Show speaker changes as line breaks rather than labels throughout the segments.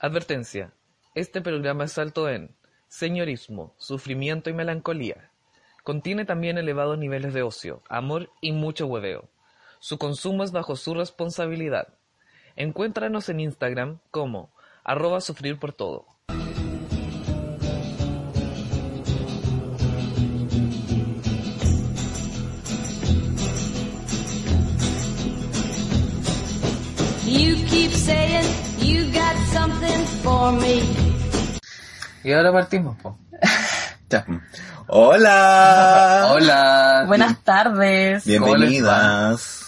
Advertencia: Este programa es alto en señorismo, sufrimiento y melancolía. Contiene también elevados niveles de ocio, amor y mucho hueveo. Su consumo es bajo su responsabilidad. Encuéntranos en Instagram como arroba sufrir por todo.
You keep saying you got something for me.
Y ahora partimos, po.
Ya. Mm. Hola.
Hola.
Buenas tardes.
Bienvenidas.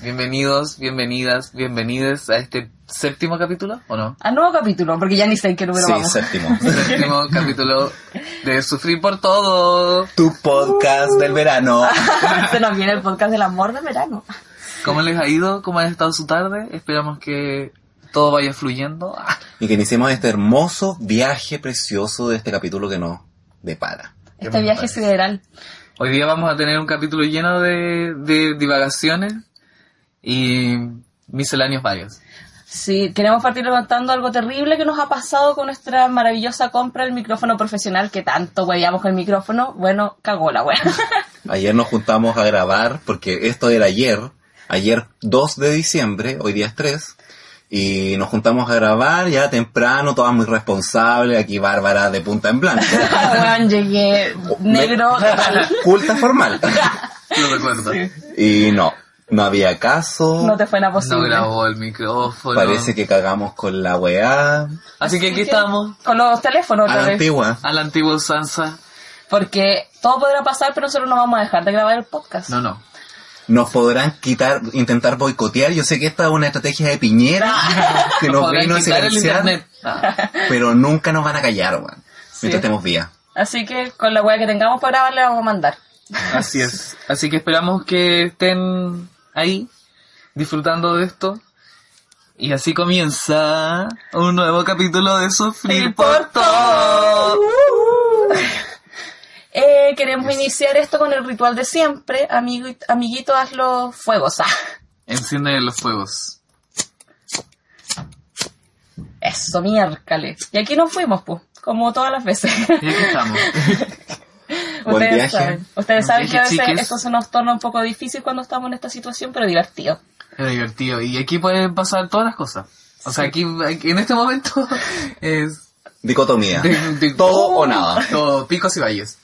Bienvenidos, bienvenidas, bienvenides a este séptimo capítulo, ¿o no?
Al nuevo capítulo, porque ya ni sé en qué número
Sí,
vamos.
séptimo.
Séptimo capítulo de Sufrir por Todo.
Tu podcast del verano.
Se nos viene el podcast del amor de verano.
¿Cómo les ha ido? ¿Cómo ha estado su tarde? Esperamos que todo vaya fluyendo. Ah,
Y que iniciemos este hermoso viaje precioso de este capítulo que nos depara.
Este viaje
parece?
sideral.
Hoy día vamos a tener un capítulo lleno de, de divagaciones y misceláneos varios.
Sí, queremos partir levantando algo terrible que nos ha pasado con nuestra maravillosa compra del micrófono profesional, que tanto huevíamos con el micrófono. Bueno, cagó la wea.
Ayer nos juntamos a grabar, porque esto era ayer, ayer 2 de diciembre, hoy día es 3, y nos juntamos a grabar ya temprano, todas muy responsables, aquí Bárbara de punta en blanco.
Weón, llegué negro total.
Culta formal.
Lo recuerdo.
Y no, no había caso.
No te fue nada
No
posible.
grabó el micrófono.
Parece que cagamos con la weá.
Así que aquí estamos,
Con los teléfonos
A
otra
la
vez.
antigua.
al antiguo Sansa.
Porque todo podrá pasar, pero nosotros no vamos a dejar de grabar el podcast.
No, no.
Nos podrán quitar, intentar boicotear. Yo sé que esta es una estrategia de Piñera que nos
podrán
vino a
quitar el
silenciar,
internet. Ah,
pero nunca nos van a callar, weón.
Sí.
Mientras estemos vía.
Así que con la weá que tengamos para grabar le vamos a mandar.
así es. Así que esperamos que estén ahí disfrutando de esto. Y así comienza un nuevo capítulo de Sufrir por Todo.
Eh, queremos iniciar esto con el ritual de siempre. Amigo, amiguito, haz los fuegos. ah.
Enciende los fuegos.
Eso, miércoles. Y aquí nos fuimos, pues, como todas las veces.
Y aquí estamos.
Buen
Ustedes
viaje.
saben,
Buen
ustedes saben que a
viaje,
veces
chiques.
esto se nos torna un poco difícil cuando estamos en esta situación, pero divertido.
Es divertido. Y aquí pueden pasar todas las cosas. O sea, aquí, aquí- en este momento es
Dicotomía.
de- de-
Todo o nada.
Todo, picos y valles.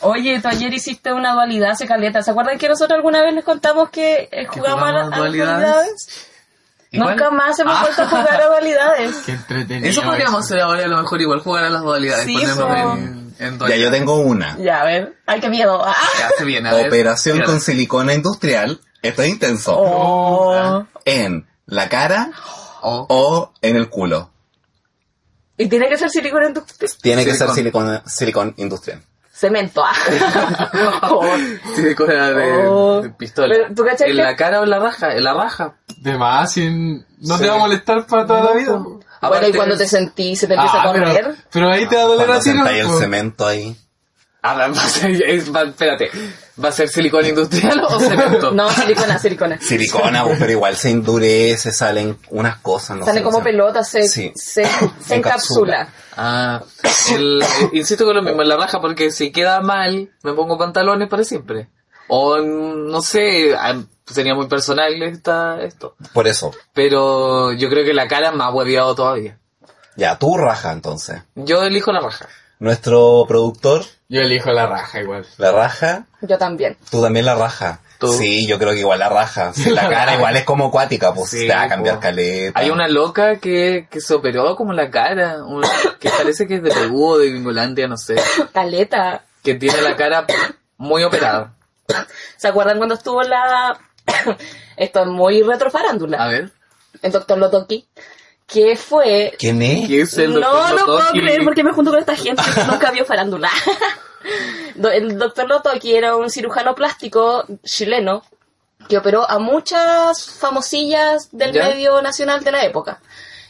Oye, tú ayer hiciste una dualidad, se caleta. ¿Se acuerdan que nosotros alguna vez les contamos que eh, jugamos a la- a
jugamos
las
dualidades?
dualidades?
¿Y cuál?
Nunca más hemos
Ah.
vuelto a jugar a dualidades.
Qué entretenido.
Eso podríamos hacer ahora, a lo mejor igual jugar a las dualidades.
Sí,
ponernos
po.
en, en
Ya yo
dualidad.
tengo una.
Ya, a ver. Ay, qué miedo. Ah.
Ya, se viene, a ver.
Operación
Mira,
con silicona industrial. Esto es intenso.
Oh.
En la cara
o-
o en el culo.
Y tiene que ser silicona en tu
Tiene que
Silicón.
ser silicona, silicón industrial.
cemento. ah. Oh.
silicona de,
Oh.
de pistola.
Pero, ¿tú cachai
¿En
que-
la cara o en la raja? En la raja.
De más, sin... no
Sí.
te va a molestar para toda la vida.
Bueno,
Aparte
y cuando
es-
te sentís, se te empieza
Ah,
a correr.
pero, pero ahí te va a doler
Cuando
así, ¿no?
sentáis el
pues.
Po.
cemento ahí.
Ah, va a ser, es- va- espérate, ¿va a ser silicona industrial o cemento?
No, silicona, silicona.
Silicona, pues, pero igual se endurece, salen unas cosas. No
Sale
sé,
como
no sé.
pelota, se,
Sí.
se, se
Encapsula.
encapsula.
Ah, el- eh, insisto con lo mismo, en la raja, porque si queda mal, me pongo pantalones para siempre. O mm, no sé, ah, sería muy personal esta, esto.
Por eso.
Pero yo creo que la cara me ha hueviado todavía.
Ya, tú raja entonces.
Yo elijo la raja.
Nuestro productor,
Yo elijo la raja igual.
la raja.
Yo también.
Tú también la raja.
Tú.
Sí, yo creo que igual la raja. Sí, la cara igual es como acuática, pues
Sí,
te va a cambiar
po.
caleta.
Hay una loca que, que se operó como la cara, un- que parece que es de Perú o de Gringolandia, no sé,
Caleta.
que tiene la cara muy operada.
¿Se acuerdan cuando estuvo la... Esto es muy
A
retrofarándula.
ver,
El doctor Lotoki. Que fue...
¿Quién es?
¿qué es el
no,
doctor
no puedo
Lotoki?
creer porque me junto con esta gente que nunca vio farándula. Do- El doctor Lotoki era un cirujano plástico chileno que operó a muchas famosillas del
¿Ya?
medio nacional de la época.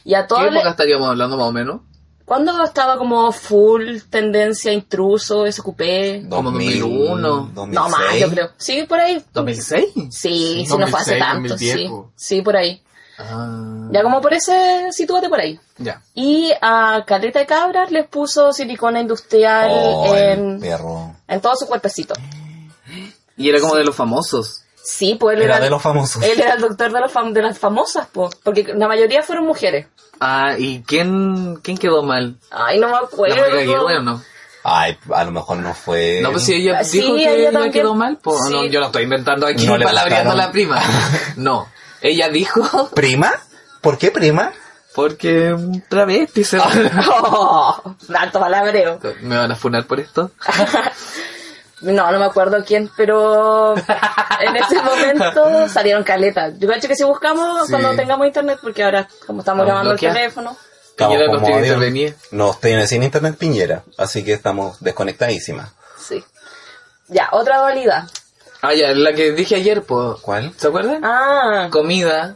Y a
¿Qué
todas... le-
época estaríamos hablando más o menos?
¿Cuándo estaba como full tendencia intruso, ese cupé?
como 2001.
2006.
No más, yo creo. Sí, por ahí.
¿2006?
Sí, si no fue hace
2006,
tanto,
2010,
sí.
po.
Sí, por ahí.
Ah,
Ya como por ese, sitúate por ahí.
ya.
Y a Caleta de Cabras les puso silicona industrial
Oh, el
en,
perro.
en todo su cuerpecito.
Y era como de los famosos.
Sí, pues él
Era
era,
de los famosos.
él era el doctor de, los fam- de las famosas, pues. Porque la mayoría fueron mujeres.
Ah, ¿y quién, quién quedó mal?
Ay, no me
¿La
acuerdo.
Mónica Aguirre o no?
Ay, a lo mejor no fue.
No, pues si ella
Sí,
dijo
ella
que la
también.
quedó mal, pues no,
Sí.
yo lo estoy inventando aquí,
No le
palabreando a
gustaron.
la prima. No, ella dijo
¿Prima? ¿Por qué prima?
porque un travesti se...
Ah. Tanto Oh, palabreo.
¿Me van a funar por esto?
No, no me acuerdo quién, pero en ese momento salieron caletas. Yo creo que si buscamos
Sí.
cuando tengamos internet, porque ahora como estamos
Ah,
grabando el
Nokia.
teléfono,
Estamos
Piñera no
como
tiene
avión.
intervenir.
No, tiene sin internet Piñera, así que estamos desconectadísimas.
sí. Ya, otra dualidad.
Ah, ya, la que dije ayer, pues...
¿Cuál?
¿Se acuerdan?
Ah,
Comida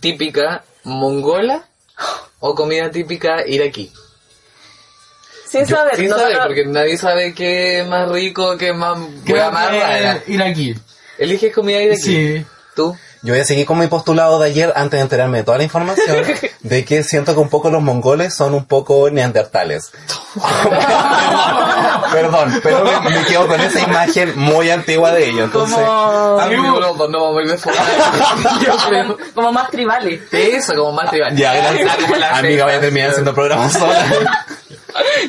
típica mongola o comida típica iraquí.
sin saber.
Sin
nosotros-
saber, porque nadie sabe qué es más rico, qué es más...
Creo
hueá más
que
rara.
eh, ir aquí.
Eliges comida iraquí.
Sí.
¿Tú?
Yo voy a seguir con mi postulado de ayer antes de enterarme de toda la información de que siento que un poco los mongoles son un poco neandertales. Perdón, pero me, me quedo con esa imagen muy antigua de ellos. Entonces,
Ah, mi Europa, no, me voy a fumar. Yo creo.
como más tribales.
Eso, como más tribal.
ya, gracias.
Como la
Amiga, voy a terminar haciendo programas sola.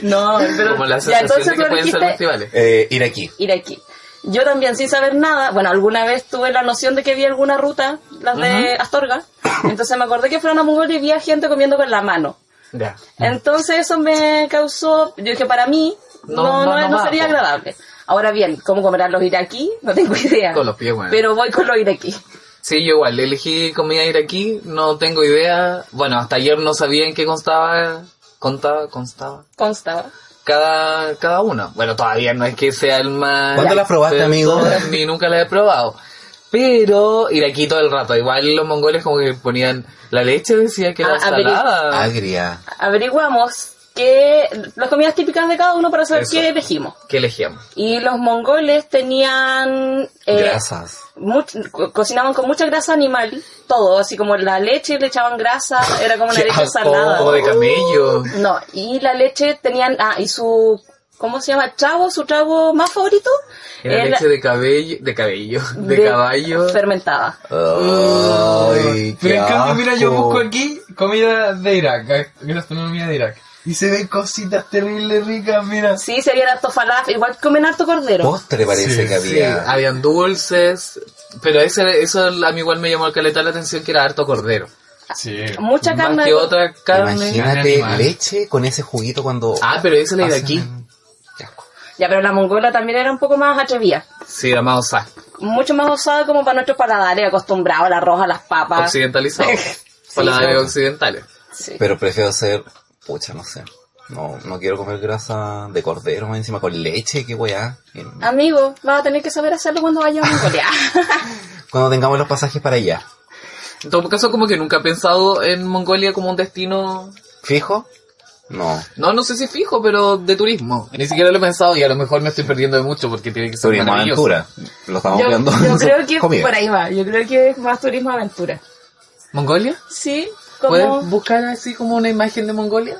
No, pero
Como la
ya
sensación
entonces
de que
tú
pueden ser más
elegiste
tribales.
Eh, ir aquí.
ir aquí. Yo también sin saber nada, bueno, alguna vez tuve la noción de que vi alguna ruta, las de Astorga, entonces me acordé que fueron a Mongolia y vi a gente comiendo con la mano.
Ya.
Entonces eso me causó, yo dije, para mí no,
No,
no,
no, no
no
va,
sería
po.
agradable. Ahora bien, ¿cómo comerán los iraquí? No tengo idea.
Con los pies, bueno.
Pero voy con los iraquí.
Sí, yo igual, elegí comida iraquí, no tengo idea. Bueno, hasta ayer no sabía en qué constaba, contaba, constaba.
Constaba.
Cada, cada una. Bueno, todavía no es que sea el más...
¿Cuándo la probaste,
de
amigo?
todas, Ni nunca la he probado. Pero iraquí todo el rato. Igual los mongoles como que ponían la leche, decía que era
Ah, a ver,
salada.
Agria.
Averiguamos que las comidas típicas de cada uno para saber
Eso.
qué elegimos.
¿Qué elegíamos?
Y los mongoles tenían... eh,
Grasas.
much- co- cocinaban con mucha grasa animal, todo, así como la leche le echaban grasa, era como una
Qué
leche
asco,
salada. Uh.
O de camello.
No, y la leche tenían, ah, y su, ¿cómo se llama? ¿Trago? ¿Su trago más favorito?
Era
Era
leche de cabello, de cabello, de,
de-
caballo.
Fermentada.
Ah.
Ay, qué
Pero en cambio, mira, yo
asco.
busco aquí comida de Irak, eh, gastronomía de Irak. Y se ven cositas terribles ricas, mira.
Sí, se habían harto falaf, igual comen harto cordero.
Postre parece
Sí,
que
Sí,
había.
habían dulces, pero ese, eso a mí igual me llamó el caleta la atención que era harto cordero.
Sí.
Mucha
Más
carne.
que otra carne.
Imagínate
animal.
leche con ese juguito cuando.
Ah, pero esa la de
pasan
aquí.
en- Qué asco.
Ya, pero la mongola también era un poco más atrevida.
Sí, era más osado,
Mucho más osada como para nuestros paladares acostumbrados al arroz, a las
Ah.
papas.
occidentalizado.
sí.
Palabras occidentales.
Sí.
Pero prefiero ser. Pucha, no sé. No, no quiero comer grasa de cordero más encima con leche, qué weá.
Amigo, vas a tener que saber hacerlo cuando vayas a Mongolia.
Cuando tengamos los pasajes para allá.
En todo caso, como que nunca he pensado en Mongolia como un destino,
¿Fijo? No.
no, no sé si fijo, pero de turismo. Ni siquiera lo he pensado y a lo mejor me estoy perdiendo de mucho porque tiene que ser
Turismo
maravilloso.
aventura. Lo estamos
yo,
viendo.
yo creo que
Comida.
por ahí va. Yo creo que es más turismo aventura.
¿Mongolia?
Sí,
¿Puedes
como...
buscar así como una imagen de Mongolia?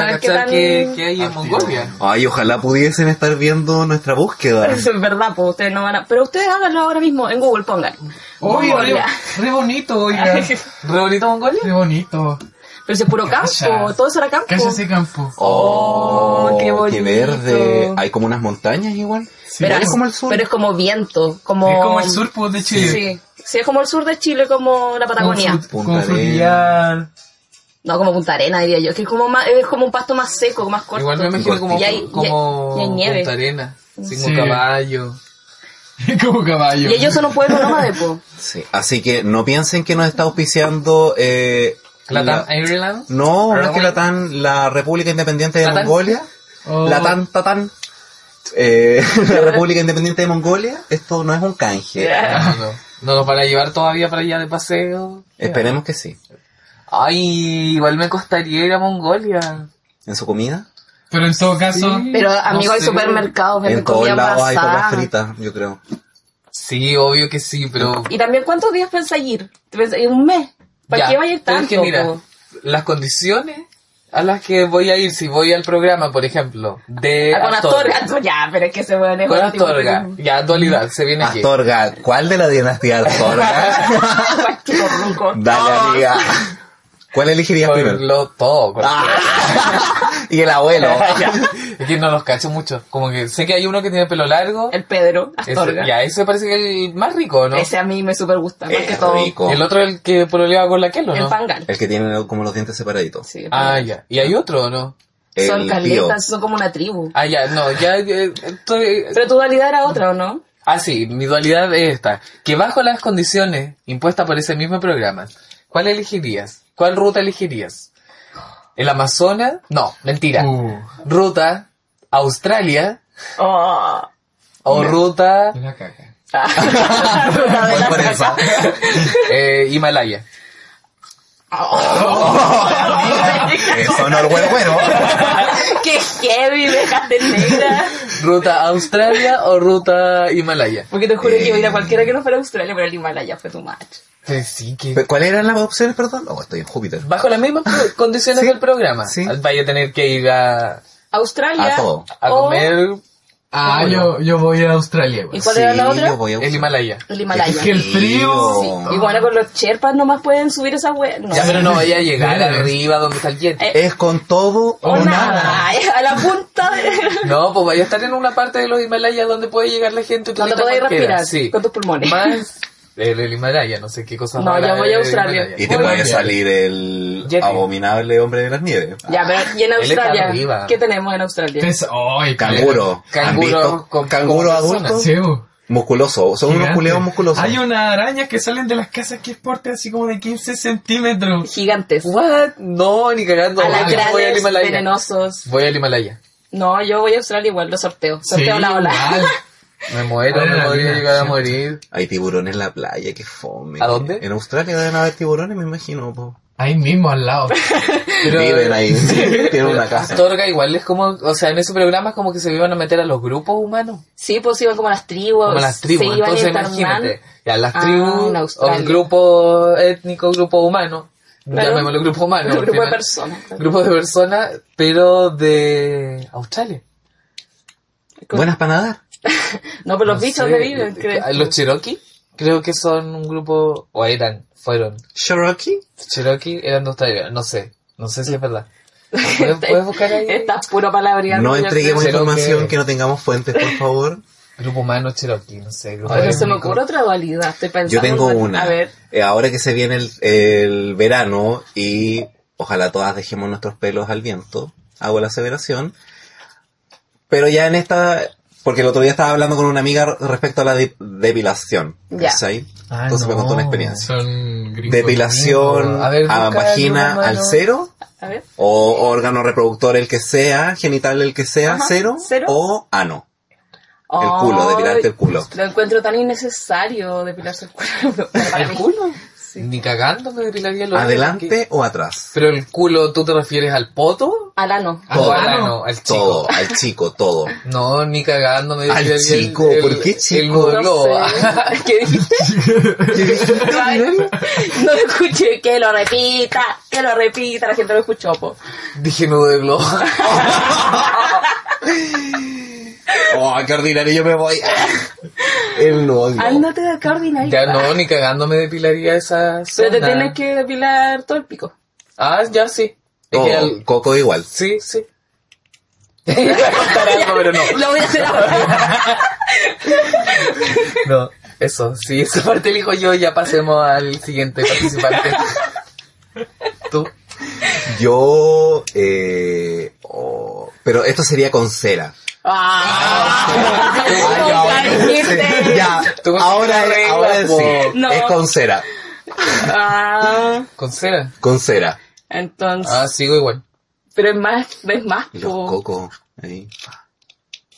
Para
saber qué
cachar
tan-
qué, qué
Ah,
hay en
Activo.
Mongolia.
Ay, ojalá pudiesen estar viendo nuestra búsqueda.
Eso es verdad, pues ustedes no van a... Pero ustedes háganlo ahora mismo, en Google pongan.
Oye, re,
Mongolia.
re bonito, oiga.
¿Re bonito Mongolia?
Re bonito.
Pero ese es puro campo,
Calla.
todo eso era campo.
Calla ese campo.
Oh, qué bonito.
verde. Hay como unas montañas igual.
pero,
Igual es como el sur.
pero es como viento, como...
Es como el sur pues, de Chile.
Sí, sí, es como el sur de Chile, como la
Como
Patagonia.
frut- Como
Punta
frutillar.
No, como Punta Arena, diría yo. Que es como, más, es como un pasto más seco, más corto.
Igual me imagino como,
Y hay-
como
y hay nieve.
Punta Arena, sin un
Sí.
caballo.
como caballo.
Y ellos son un pueblo nómade, po.
Sí, así que no piensen que nos está auspiciando eh,
Latam Airlines.
No, no es que
Perdón.
la TAN, la República Independiente de
Latam.
Mongolia,
Oh.
la TAN, Tatán, eh, la República Independiente de Mongolia, esto no es un canje.
No, no, no nos van a llevar todavía para allá de paseo.
Esperemos que sí.
Ay, igual me costaría ir a Mongolia.
En su comida,
Pero en todo caso,
Sí.
Pero,
No
amigo, hay
sé.
supermercados, venden
en todos
comida
lados hay
envasada.
papas fritas, yo creo.
Sí, obvio que sí, pero
Y también, ¿cuántos días pensáis ir? ¿Te pensás- ¿Un mes? ¿Para
Ya,
qué vaya
pero
tanto?
es que mira,
po?
las condiciones a las que voy a ir, si voy al programa, por ejemplo, de
Ah, con Astorga,
eh,
pues,
Astorga.
ya, pero es que se mueven
Con Astorga. Ya, actualidad, se viene aquí.
Astorga, ¿cuál de la dinastía Astorga? Dale, amiga. ¿Cuál elegirías primero?
Con lo todo. con-
Ah. y el abuelo.
Es que no los cacho mucho. Como que sé que hay uno que tiene pelo largo.
El Pedro,
Ese-
Astorga.
ya, ese parece que es el más rico, ¿no?
Ese a mí me super gusta, más
Es
que todo.
rico.
Y el otro el que pololeaba con la Kelo,
El
¿no? Eh,
pangal.
El que tiene como los dientes separaditos.
Sí, el
Ah,
pangal.
ya. Y hay otro, ¿no?
El
son
tío.
caletas, son como una tribu.
Ah, ya, no, ya. eh, estoy-
Pero tu dualidad era otra, ¿o no?
Ah, sí, mi dualidad es esta. Que bajo las condiciones impuestas por ese mismo programa, ¿cuál elegirías? ¿Cuál ruta elegirías? ¿El Amazonas? No, mentira.
Uh.
¿Ruta Australia
Oh.
Ah. o ruta
La caca.
Ah, ruta de
Voy
la
por
caca.
esa.
eh, Himalaya?
Eso no el bueno, bueno.
Qué heavy, dejaste negra.
¿Ruta Australia o ruta Himalaya?
Porque te juro que
Eh,
iba a ir a cualquiera que no fuera a Australia, pero el Himalaya fue tu match.
Sí, sí, que...
Pero, ¿Cuáles eran las opciones, perdón? Oh, estoy en Júpiter.
Bajo las mismas pro- condiciones
Sí,
del programa.
sí.
Vaya a tener que ir a,
Australia.
A todo.
a
o-
comer
Ah, yo, yo voy a Australia, güey.
¿Y cuál era la
Sí,
otra?
yo voy a
el Himalaya.
El Himalaya.
Es que el frío.
Sí, Y bueno, con los Sherpas nomás pueden subir esa wea. No.
Ya, pero no vaya a llegar
Sí.
arriba donde está el Yeti.
Eh,
Es con todo
o
o
nada.
nada.
A la punta de...
No, pues vaya a estar en una parte de los Himalayas donde puede llegar la gente.
No te
turista
podéis
cualquiera,
respirar
sí.
con tus pulmones.
Más el, el Himalaya, no sé qué cosa
No,
rara
ya voy a
es el
Australia.
Himalaya.
Y te
Muy
puede
bien.
salir el
Yeti.
abominable hombre de las nieves.
Ya, pero ¿y en
Él está
Australia?
arriba. Pues,
¿Qué tenemos en Australia?
Pes- ¡Ay,
Canguro. ¿Han
Canguro
visto?
con-
Canguro
con
adulto.
personas.
Sí, güey.
Musculoso. Son unos
Gigante.
culeados musculosos.
Hay unas arañas que salen de las casas que es porte así como de 15 centímetros.
Gigantes.
What? No, ni cagando. Yo voy al
Alacranes,
Himalaya.
venenosos.
Voy al Himalaya.
No, yo voy a Australia igual, lo sorteo. Sorteo la ola.
igual.
Me muero, me
Adrenalina,
podría llegar a
cierto.
morir.
Hay tiburones en la playa, qué fome.
¿A dónde?
En Australia deben haber tiburones, me imagino. po.
Ahí mismo al lado.
Viven ahí. Tienen una casa.
Astorga igual es como, o sea, en esos programas como que se iban a meter a los grupos humanos,
Sí, pues iban como las tribus.
como las tribus.
Se iban
Entonces
internando.
imagínate, ya las
Ah, en
tribus, o
Australia.
el grupo étnico, grupo humano,
Claro.
llamémoslo grupo humano.
Un
al
grupo de
final.
personas.
grupo de personas, pero de Australia.
Buenas para nadar.
No, pero los
No
bichos
sé,
donde viven,
eh,
creo.
Los Cherokee, creo que son un grupo, o eran, fueron.
Cherokee.
Cherokee eran de Australia, no sé, no sé si es verdad. ¿Puedes, puedes buscar ahí?
Estás puro palabreando.
No
yo
entreguemos
creo que-
información que no tengamos fuentes, por favor.
Grupo humano Cherokee, no sé.
creo.
Grupo
Ahora se me
étnico.
ocurre otra dualidad. Estoy pensando.
Yo tengo
en-
una.
A ver.
Eh, ahora que se viene el, el verano y ojalá todas dejemos nuestros pelos al viento, hago la aseveración. Pero ya en esta, porque el otro día estaba hablando con una amiga respecto a la de- depilación.
Ya.
¿cachai?
Ah,
Entonces me contó una
no,
experiencia.
Son gringos.
Depilación
A ver,
a,
busca
vagina
algo,
al
hermano.
cero.
A ver.
O órgano reproductor el que sea, genital el que sea,
Ajá,
cero,
cero.
O ano. El culo,
Ay,
depilarte el culo.
Lo encuentro tan innecesario depilarse el culo. Para
¿El
mí.
culo?
Sí.
Ni cagando me depilaría los
¿Adelante o atrás?
Pero el culo, ¿tú te refieres al poto?
Alano.
Ah,
¿Al
¿O al
ano?
ano? Al chico.
Todo, al chico, todo.
No, ni cagando me
Al
depilaría el-
chico,
el,
¿por qué
El
chico?
nudo
No
globo.
sé. ¿Qué dijiste? Ay, no lo escuché. Que lo repita. Que lo repita. La gente lo escuchó, po.
Dije nudo de globo.
¡Oh, qué ordinario! Yo me voy. El novio.
Ándate de acá, ordinario.
ya no, ni cagando me depilaría esa zona.
Pero te tienes que depilar todo el pico.
Ah, ya sí. Es que
Oh.
al-
Coco igual.
Sí, sí. Iba a contar algo, pero no.
Lo voy a hacer ahora.
No, eso, sí, esa parte elijo yo ya pasemos al siguiente participante. Tú.
Yo. Eh, oh, pero esto sería con cera.
Ah, no, dijiste.
ya,
Tú con
ahora,
cera,
es- ahora
po.
sí.
No.
Es con cera.
Ah,
¿Con cera?
Con cera.
entonces.
Ah, sigo igual.
Pero es más, es más,
Y Los
po.
cocos. ahí.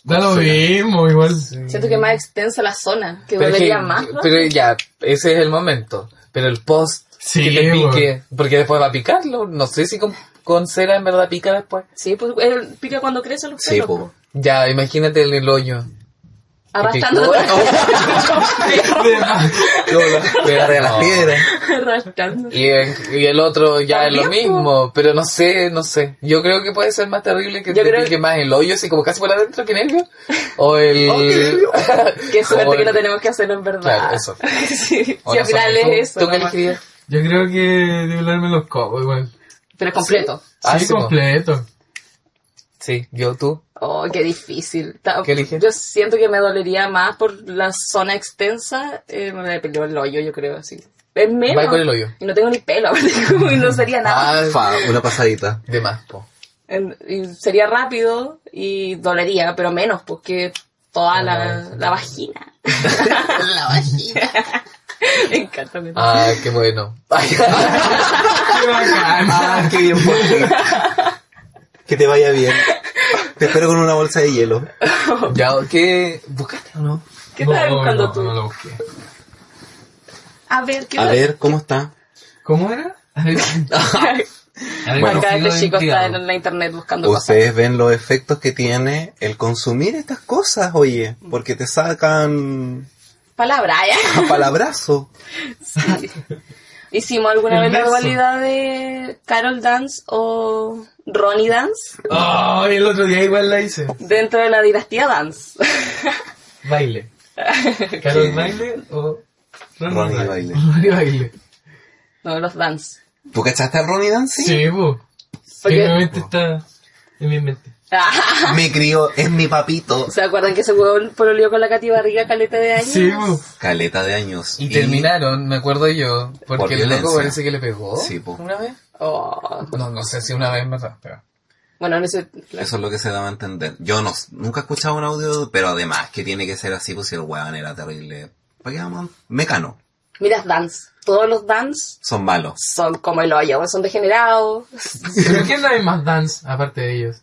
Da lo mismo, igual.
Siento que es más extensa la zona, que
Pero, es que-
dolería más. ¿no?
pero ya, ese es el momento. Pero el post que
Sí,
te pique,
güey.
porque después va a picarlo. No sé si con, con cera en verdad pica después.
Sí, pues él pica cuando crece los
Sí,
pelos.
po.
Ya, imagínate en el hoyo.
Arrastrando
Me agarré a las piedras.
Arrastrando.
Y, el- y el otro ya es lo
También,
mismo, pero no sé, no sé. Yo creo que puede ser más terrible que
Yo
te
creo-
pique más el hoyo, así como casi por adentro que nervio. O el...
Oh, Qué suerte
Como
que no
el-
tenemos que hacerlo en verdad.
Claro, eso.
sí, sí,
O
al
no
final
sé, ¿tú-
es eso.
¿Tú qué
nomás.
elegirías?
Yo creo que doblarme los copos, igual.
Pero es completo.
Ah,
sí,
sí, po.
completo.
Sí, yo, tú.
Oh, qué difícil. Ta-
¿Qué eliges?
Yo siento que me dolería más por la zona extensa. eh, me peleó el hoyo, yo creo, así. Es menos.
Va con el hoyo.
Y no tengo ni pelo, como que no sería nada.
Ah,
Fa, una pasadita.
de más, po.
En- y sería rápido y dolería, pero menos, porque
Ah,
toda la, la vagina. la vagina. me encanta. me encanta.
Ah, qué bueno.
Qué bacán.
Ah, qué bien por ti. Que te vaya bien. Te espero con una bolsa de hielo.
ya, ¿qué? ¿Buscaste o no?
¿Qué estás
no,
buscando
no,
tú?
no lo busqué.
A ver, ¿qué
A
tal?
ver, ¿cómo está?
¿Cómo era? A ver, a ver,
Bueno,
consigo
Acá este chico está
identificarlo.
en la internet buscando cosas.
Ustedes ven los efectos que tiene el consumir estas cosas, oye,
Mm.
porque te sacan
Palabra, ya.
a palabrazo.
Sí. Hicimos alguna
El
vez la
verso.
dualidad de Carol Dance o Ronnie Dance
Ay, el otro día igual la hice.
dentro de la dinastía Dance.
Baile. ¿Carol Baile o
Ronnie Baile.
Ronnie Baile.
no, los dance.
¿Tú cachaste a Ronnie Dancy?
Sí, bu.
Porque-
Que mi mente está en mi mente.
Ah,
Mi crío es mi papito.
¿Se acuerdan que ese huevón pololeó con la Katy Barriga caleta de años?
Sí, bu.
Caleta de años.
Y, terminaron, me acuerdo yo, porque
Por
el loco
violencia.
parece que le pegó.
Sí, po.
¿Una vez?
Oh.
No, no sé si una vez más, pero...
Bueno, en ese...
Eso es lo que se daba a entender. Yo no, nunca he escuchado un audio, pero además que tiene que ser así, pues si el huevón era terrible. ¿Para qué vamos? Mecano.
Mira, dance. Todos los dance
Son malos.
son como el hoyo, son degenerados.
¿Pero quién no hay más dance aparte de ellos?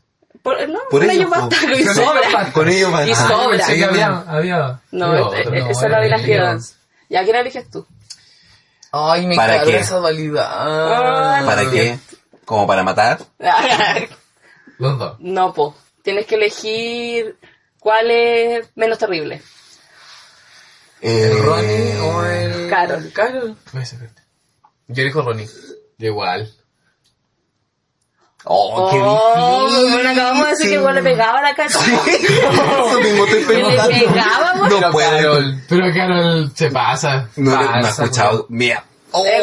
Por, no,
Por
un
ello,
hoyo
po.
basta, y
Con ellos
sobra.
basta.
Con ellos van.
Y
Ah,
sobra.
pensé que
ellos
había,
van.
había.
No,
había
este-
otro.
esa es
era
la dinastía
Baile.
dance. ¿Y a quién eliges tú?
Ay, me
¿Para
cago en
qué?
esa dualidad.
Ah.
¿Para qué? ¿Como para matar?
Los dos.
No, po. Tienes que elegir cuál es menos terrible.
¿El Ronnie
Eh,
o el...
Carol.
Carol.
Voy a sacarte.
Yo elijo Ronnie.
Yo igual.
Oh, qué difícil.
bueno, acabamos de decir que igual le pegaba a la cara.
Eso mismo estoy
Que le
preguntando.
pegaba, güey.
No puedo.
Carol.
Pero Carol se pasa.
No, no, no he
Pasa,
escuchado. Mira. Oh,
Eh,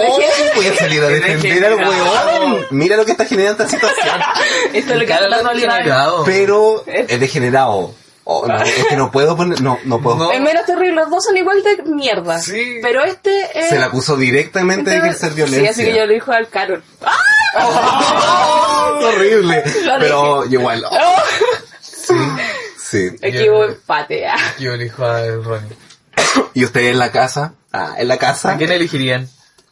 voy a salir a defender al huevón. Mira lo que está generando esta situación.
Esto es lo que es
Carol
la
es
realidad.
degenerado.
Pero es degenerado. Oh, no, es que no puedo poner. No, no puedo.
No.
Es menos terrible, los dos son igual de mierda.
Sí.
Pero este es... este
Se la acusó directamente de ejercer
Sí,
violencia.
así que yo le dijo al Carol. ¡Ah!
¡Oh, es horrible. Pero igual. oh. Sí. sí.
Aquí hubo empate. ah.
Yo elijo a Ronnie.
¿Y ustedes en la casa? Ah, en la casa.
¿A quién elegirían?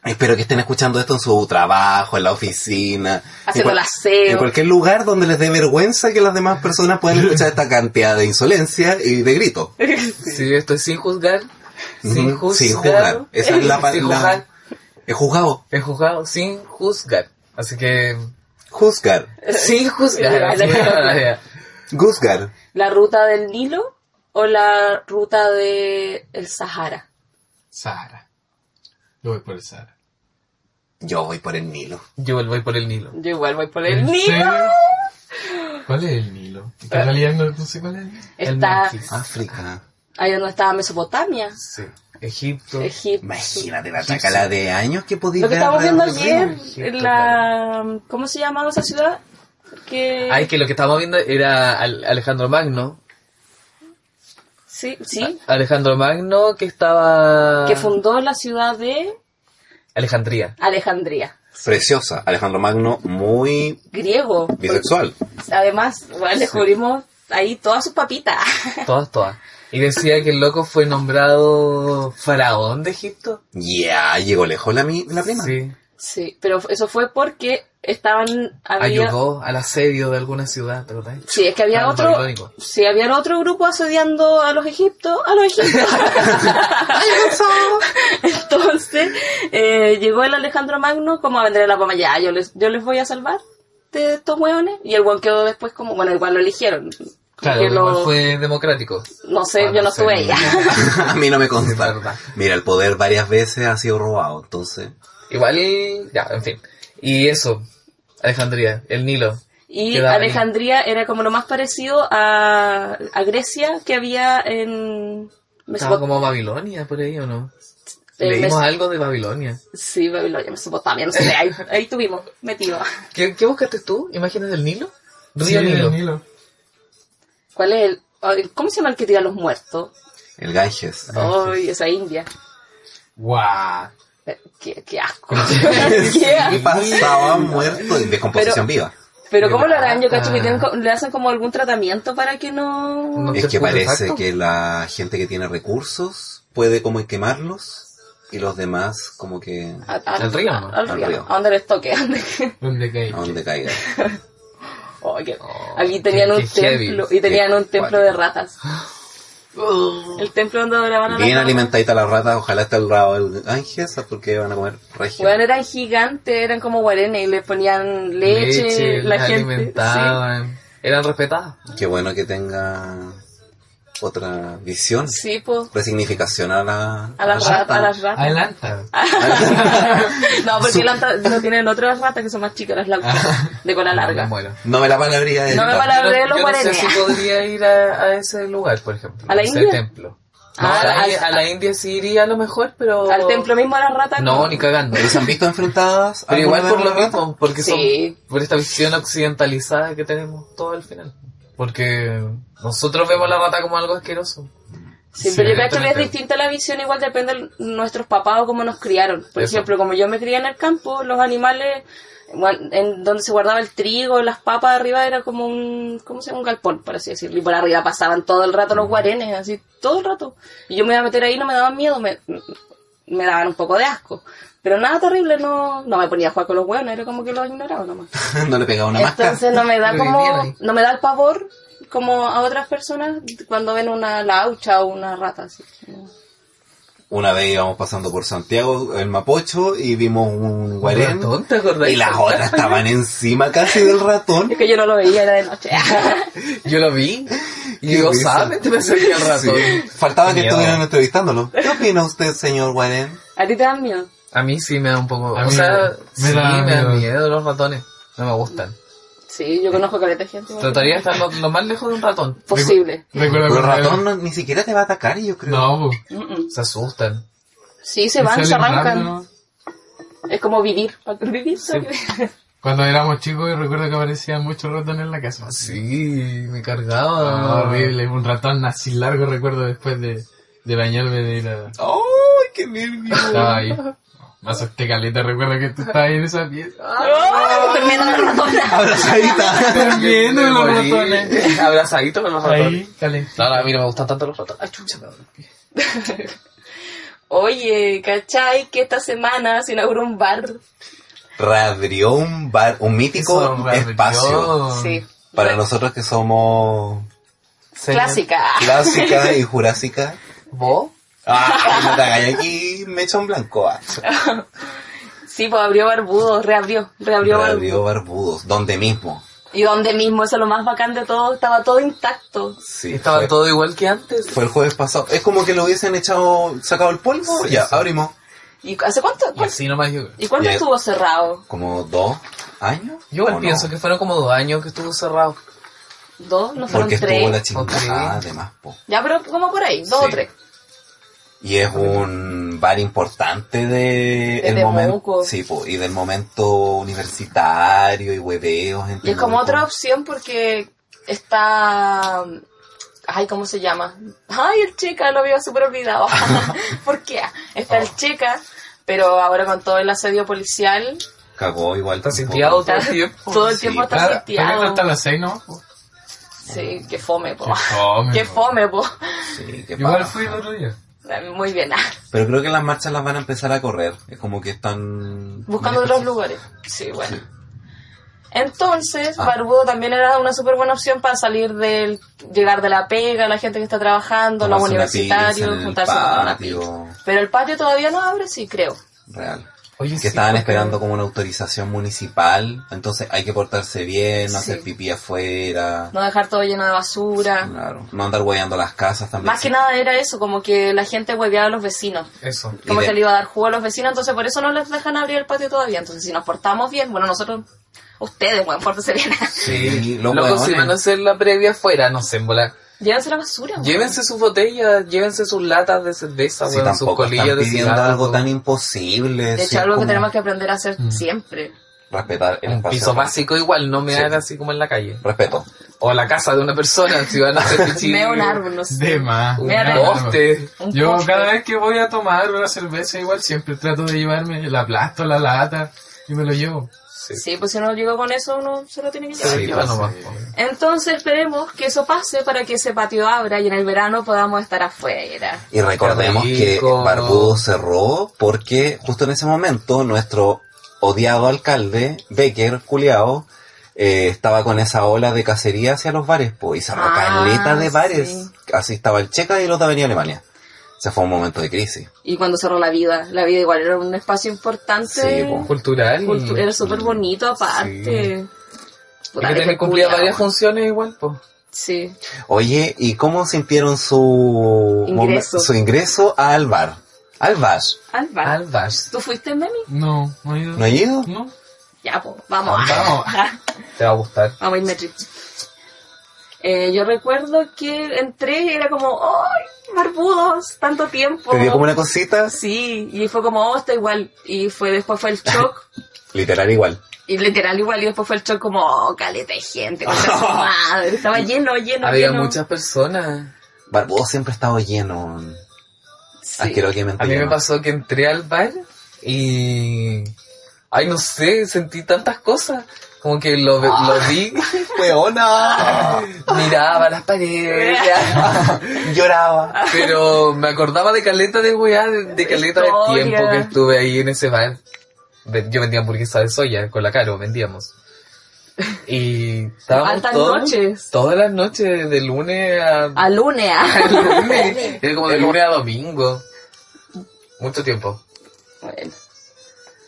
Espero que estén escuchando esto en su trabajo, en la oficina.
Haciendo
en
el
cual-
aseo.
En cualquier lugar donde les dé vergüenza que las demás personas puedan escuchar esta cantidad de insolencia y de gritos.
Sí, estoy sin juzgar. Sin
Ujú,
juzgar.
Sin juzgar. Esa es la
Sin
palabra.
juzgar.
He juzgado.
He juzgado sin juzgar. Así que...
Juzgar.
Sin juzgar.
Ay, la que-
Juzgar.
¿La ruta del Nilo o la ruta del el Sahara?
Sara. Yo voy por el Sara.
Yo voy por el Nilo.
Yo voy por el Nilo.
Yo igual voy por el
¿En
Nilo.
serio? ¿Cuál es el Nilo? En realidad no, no sé cuál es el Nilo.
El
Está...
Memphis.
África.
Ahí donde estaba Mesopotamia,
Sí. Egipto.
Egipto.
Imagínate la tacala de años que podía
Lo que estábamos viendo ayer,
Egipto,
en la... ¿Cómo se llamaba esa ciudad? Que...
Ay, que lo que estábamos viendo era Al- Alejandro Magno.
Sí, sí.
Alejandro Magno que estaba...
Que fundó la ciudad de
Alejandría.
Alejandría.
Preciosa. Alejandro Magno, muy
Griego.
bisexual.
Además, bueno, descubrimos ahí todas sus papitas.
Todas, todas. Y decía que el loco fue nombrado faraón de Egipto.
Yeah, llegó lejos la, mi- la prima.
Sí.
Sí, pero eso fue porque estaban... Había...
Ayudó al asedio de alguna ciudad, ¿te acordás?
Sí, es que había
Ah,
otro...
babilónico.
Sí, había otro grupo asediando a los egiptos, a los egipcios. Entonces, eh, llegó el Alejandro Magno como a vender la poma, ya, yo les, yo les voy a salvar de estos hueones. Y el hueón quedó después como, bueno, igual lo eligieron,
Claro,
que
igual
lo-
fue democrático.
No sé,
Ah,
yo no
sé.
estuve ella.
a mí no me
Sí,
consta.
verdad.
Mira, el poder varias veces ha sido robado, entonces.
Igual, ya, en fin. Y eso, Alejandría, el Nilo.
Y
Quedaba ahí.
Alejandría era como lo más parecido a, a Grecia que había en
Estaba
Mesopotamia.
como Babilonia por ahí, ¿o no?
Eh,
Leímos
Mes-
algo de Babilonia.
Sí, Babilonia, Mesopotamia, no sé, ahí, ahí tuvimos, metido.
¿Qué, qué buscaste tú? ¿Imágenes del Nilo?
Sí,
Río Nilo.
el Nilo.
¿Cuál es el, ay, ¿Cómo se llama el que tira a los muertos?
El Ganges.
Ah,
Ay, esa India.
¡Guau!
Eh, Qué, qué asco. Qué asco.
Pasaba muerto en descomposición viva.
Pero ¿cómo lo harán? Yo cacho que
Ah.
tienen co- le hacen como algún tratamiento para que no...
No.
Es que
¿Putrefacto?
parece que la gente que tiene recursos puede como quemarlos y los demás como que
a- a-
Al río, ¿no?
Al
Al
río.
río.
¿A dónde les toque?
Donde caí.
a donde caiga.
Oh, qué-
Oh,
Aquí
qué-
tenían
qué
un
heavy.
templo y tenían
Qué
un templo de
cuático.
ratas. El templo donde adoraban a las
Bien
ratas.
alimentadita la rata, ojalá esté al lado del Ganges porque van a comer regio.
Bueno, eran gigantes, eran como guarenes y les ponían leche, la
las
gente. sí.
alimentaban. Eran respetadas.
Qué bueno que tenga otra visión,
Sí, pues.
resignificación a la,
A las, ratas, a las ratas.
Adelanta.
No, porque las ratas- no tienen otras ratas que son más chicas, las lauchas, de cola larga.
Ah. Me muero.
No me la palabría de
No me
esta.
palabría. La
Yo
de
no-
los
yo no sé
guarenes.
si podría ir a, a ese lugar, por ejemplo.
¿A la
ese
India?
templo. No,
Ah,
a, la,
al-
a la India sí iría a lo mejor, pero...
Al templo mismo a las ratas.
No, ni cagando.
¿Pero se han visto enfrentadas?
Pero igual por
alguna vez
lo
a la rata?
mismo, porque
Sí.
son, por esta visión occidentalizada que tenemos todo al final. Porque nosotros vemos la rata como algo asqueroso.
Sí, pero yo cacho que es
evidentemente.
distinta la visión, igual depende de nuestros papás o cómo nos criaron. Por
Eso.
ejemplo, como yo me crié en el campo, los animales, guan- en donde se guardaba el trigo, las papas arriba era como un, ¿cómo se llama? Un galpón, por así decirlo. Y por arriba pasaban todo el rato los guarenes, así, todo el rato. Y yo me iba a meter ahí, no me daban miedo, me, me daban un poco de asco. Pero nada terrible, no, no me ponía a jugar con los huevos, era como que los ignoraba nomás.
no le pegaba una máscara.
Entonces no me da
Pero vivían
como,
ahí.
no me da el pavor como a otras personas cuando ven una laucha o una rata así.
Una vez íbamos pasando por Santiago, el Mapocho, y vimos un guarén.
ratón, ¿te acordás?
Y las otras estaban encima casi del ratón.
Es que yo no lo veía, era de noche.
Yo lo vi y
Qué
digo,
risa.
¿sabes? Te pensé que al ratón.
Sí. Faltaba que
Miedo.
estuvieran entrevistándolo. ¿Qué opina usted, señor Guarén?
¿A ti te dan miedo?
A mí sí me da un poco...
A
o
mí
sea,
me-
sí, me
me da
dan miedo.
miedo.
los ratones. No me gustan.
Sí, yo conozco caleta de gente.
Trataría de estar lo, lo más lejos de un ratón.
Posible.
Recuerdo
El
cuando era-
ratón no- ni siquiera te va a atacar, yo creo.
No, po.
Mm-mm.
Se asustan.
Mm, Sí, se
Y
van,
salen
se arrancan.
volando, ¿no?
Es como vivir. Vivir, sobrevivir.
Cuando éramos chicos, yo recuerdo que aparecían muchos ratones en la casa.
Sí, me
Ah,
cargaba.
horrible, un ratón así largo recuerdo después de, de bañarme de ir a...
¡Ay, qué nervio!
Estaba ahí. Me asusté caleta, recuerdo que tú estabas ahí en esa pieza.
¡Oh! Con miedo a la ratona.
Abrazadita.
Están viendo
Me
los
morí.
ratones.
Abrazadito con los ratones.
Ahí, calentito.
No, no, a mí no me gustan tanto los ratones. Ay, chucha, me dolí.
Oye, ¿cachai? Que esta semana se inauguró un bar.
Radrió un bar, un mítico
Eso, radio.
espacio.
Sí.
Para nosotros que somos
Clásica.
clásica y jurásica.
¿Vos?
Ah, no te hagáis aquí mechón blanco. ah.
Sí, pues abrió Barbudo, reabrió, reabrió Barbudo.
Radio Barbudos, donde mismo.
Y donde mismo, eso es lo más bacán de todo, estaba todo intacto.
Sí,
Estaba
fue,
todo igual que antes.
fue el jueves pasado. Es como que lo hubiesen echado, sacado el polvo.
Sí,
ya,
sí.
abrimos.
¿Y hace cuánto?
Y así nomás yo.
¿Y cuánto
Ya.
estuvo cerrado?
Como dos años.
Yo igual
¿o
pienso
no?
que fueron como dos años que estuvo cerrado.
¿Dos? ¿No fueron
Porque estuvo
tres?
la chingada,
Ok.
además, po.
Ya, pero como por ahí, dos
Sí.
o tres.
Y es un bar importante de
De
el
Temuco.
momento, sí, po, y del momento universitario y hueveos. en
Y es como
Temuco.
otra opción porque está... Ay, ¿cómo se llama? Ay, el Checa, lo había súper olvidado. ¿Por qué? Está el Checa, pero ahora con todo el asedio policial,
Cagó igual.
Está
tampoco.
sitiado todo
está-
el tiempo.
todo el tiempo
sí,
está
Claro, pero hasta
sitiado.
las seis, ¿no?
Sí, qué fome, po.
Qué fome,
Qué
po.
fome, po.
Sí, qué
Igual
paja.
fui el otro día.
Muy bien.
Pero creo que las marchas las van a empezar a correr. Es como que están...
Buscando otros lugares. Sí, bueno. Entonces,
Ah.
Barbudo también era una súper buena opción para salir del, llegar de la pega, la gente que está trabajando, los
Tomarse una pizza
universitarios,
en el
juntarse con una
patio.
pizza. Pero el patio todavía no abre, sí, creo.
Real.
Oye,
que
sí,
estaban
porque-
esperando como una autorización municipal, entonces hay que portarse bien, no
Sí.
hacer pipí afuera,
No dejar todo lleno de basura.
claro, no andar guayando las casas también.
Más que nada era eso, como que la gente hueveaba a los vecinos.
Eso.
Como
Y de-
que le iba a dar jugo a los vecinos, entonces por eso no les dejan abrir el patio todavía. Entonces si nos portamos bien, bueno, nosotros, ustedes, bueno, pórtense bien.
Sí, los
Loco,
hueones.
si van a hacer la previa afuera, no sé, en volar.
Llévense la basura. weón.
Llévense sus botellas, llévense sus latas de cerveza,
Si
weón, sus
tampoco
colillas
están
de
pidiendo
cigarro,
algo tan imposible.
De
sí,
hecho, algo que
como Mm.
tenemos que aprender a hacer siempre.
Respetar el
Un
espacio.
piso básico igual, no me
Sí.
hagan así como en la calle.
Respeto.
O la casa de una persona, si van a hacer pichí.
Meo un árbol, no sé.
De más.
Un
Me haré-
poste.
Un
Yo
postre.
cada vez que voy a tomar una cerveza igual siempre trato de llevarme el aplasto, la lata y me lo llevo.
Sí, pues si uno llega con eso, uno se lo tiene que llevar.
Sí,
pues,
bueno,
sí.
va.
Entonces esperemos que eso pase para que ese patio abra y en el verano podamos estar afuera.
Y recordemos que
Rico.
Barbudo cerró porque justo en ese momento nuestro odiado alcalde, Becker Culeao, eh, estaba con esa ola de cacería hacia los bares, pues, y cerró
Ah,
caleta de bares.
sí.
Así estaba el Checa y el otro venía Alemania. O sea, fue un momento de crisis.
Y cuando cerró la vida, la vida igual era un espacio importante.
Sí, po.
Cultural.
Cultu- era súper bonito aparte.
Y
Puta,
que
que
también
fue
cumplía
culiao.
varias funciones igual, pues.
Sí.
Oye, ¿y cómo sintieron su
Ingreso.
momen- su ingreso al bar? Al bar.
Alba.
Albas.
¿Tú fuiste, Memi?
No, no he ido.
¿No ha ido?
No.
Ya, pues, vamos.
Vamos.
Te va a gustar.
Vamos a irme triste. Ah, Eh, yo recuerdo que entré y era como, ¡ay, barbudos! Tanto tiempo.
¿Te dio como una cosita?
Sí, y fue como, oh, está igual. Y fue después fue el shock.
Literal igual.
Y literal igual, y después fue el shock como, oh, caleta de gente, concha su madre. Estaba lleno, lleno,
Había
lleno.
muchas personas.
Barbudo siempre ha estado lleno.
Sí.
Asquerosamente
A mí me
lleno.
pasó que entré al bar y... Ay, no sé, sentí tantas cosas. Como que lo, ve- lo vi,
¡Weona!
miraba las paredes,
Lloraba.
pero me acordaba de caleta de weá, de, de caleta de
Historia.
tiempo que estuve ahí en ese bar. Ve- Yo vendía hamburguesa de soya con la Caro, vendíamos. Y estábamos
Altas
todos-
noches. Ah.
todas las noches, de lunes a
A Lunea.
lunes. Era como de lunes a domingo. Mucho tiempo.
Bueno.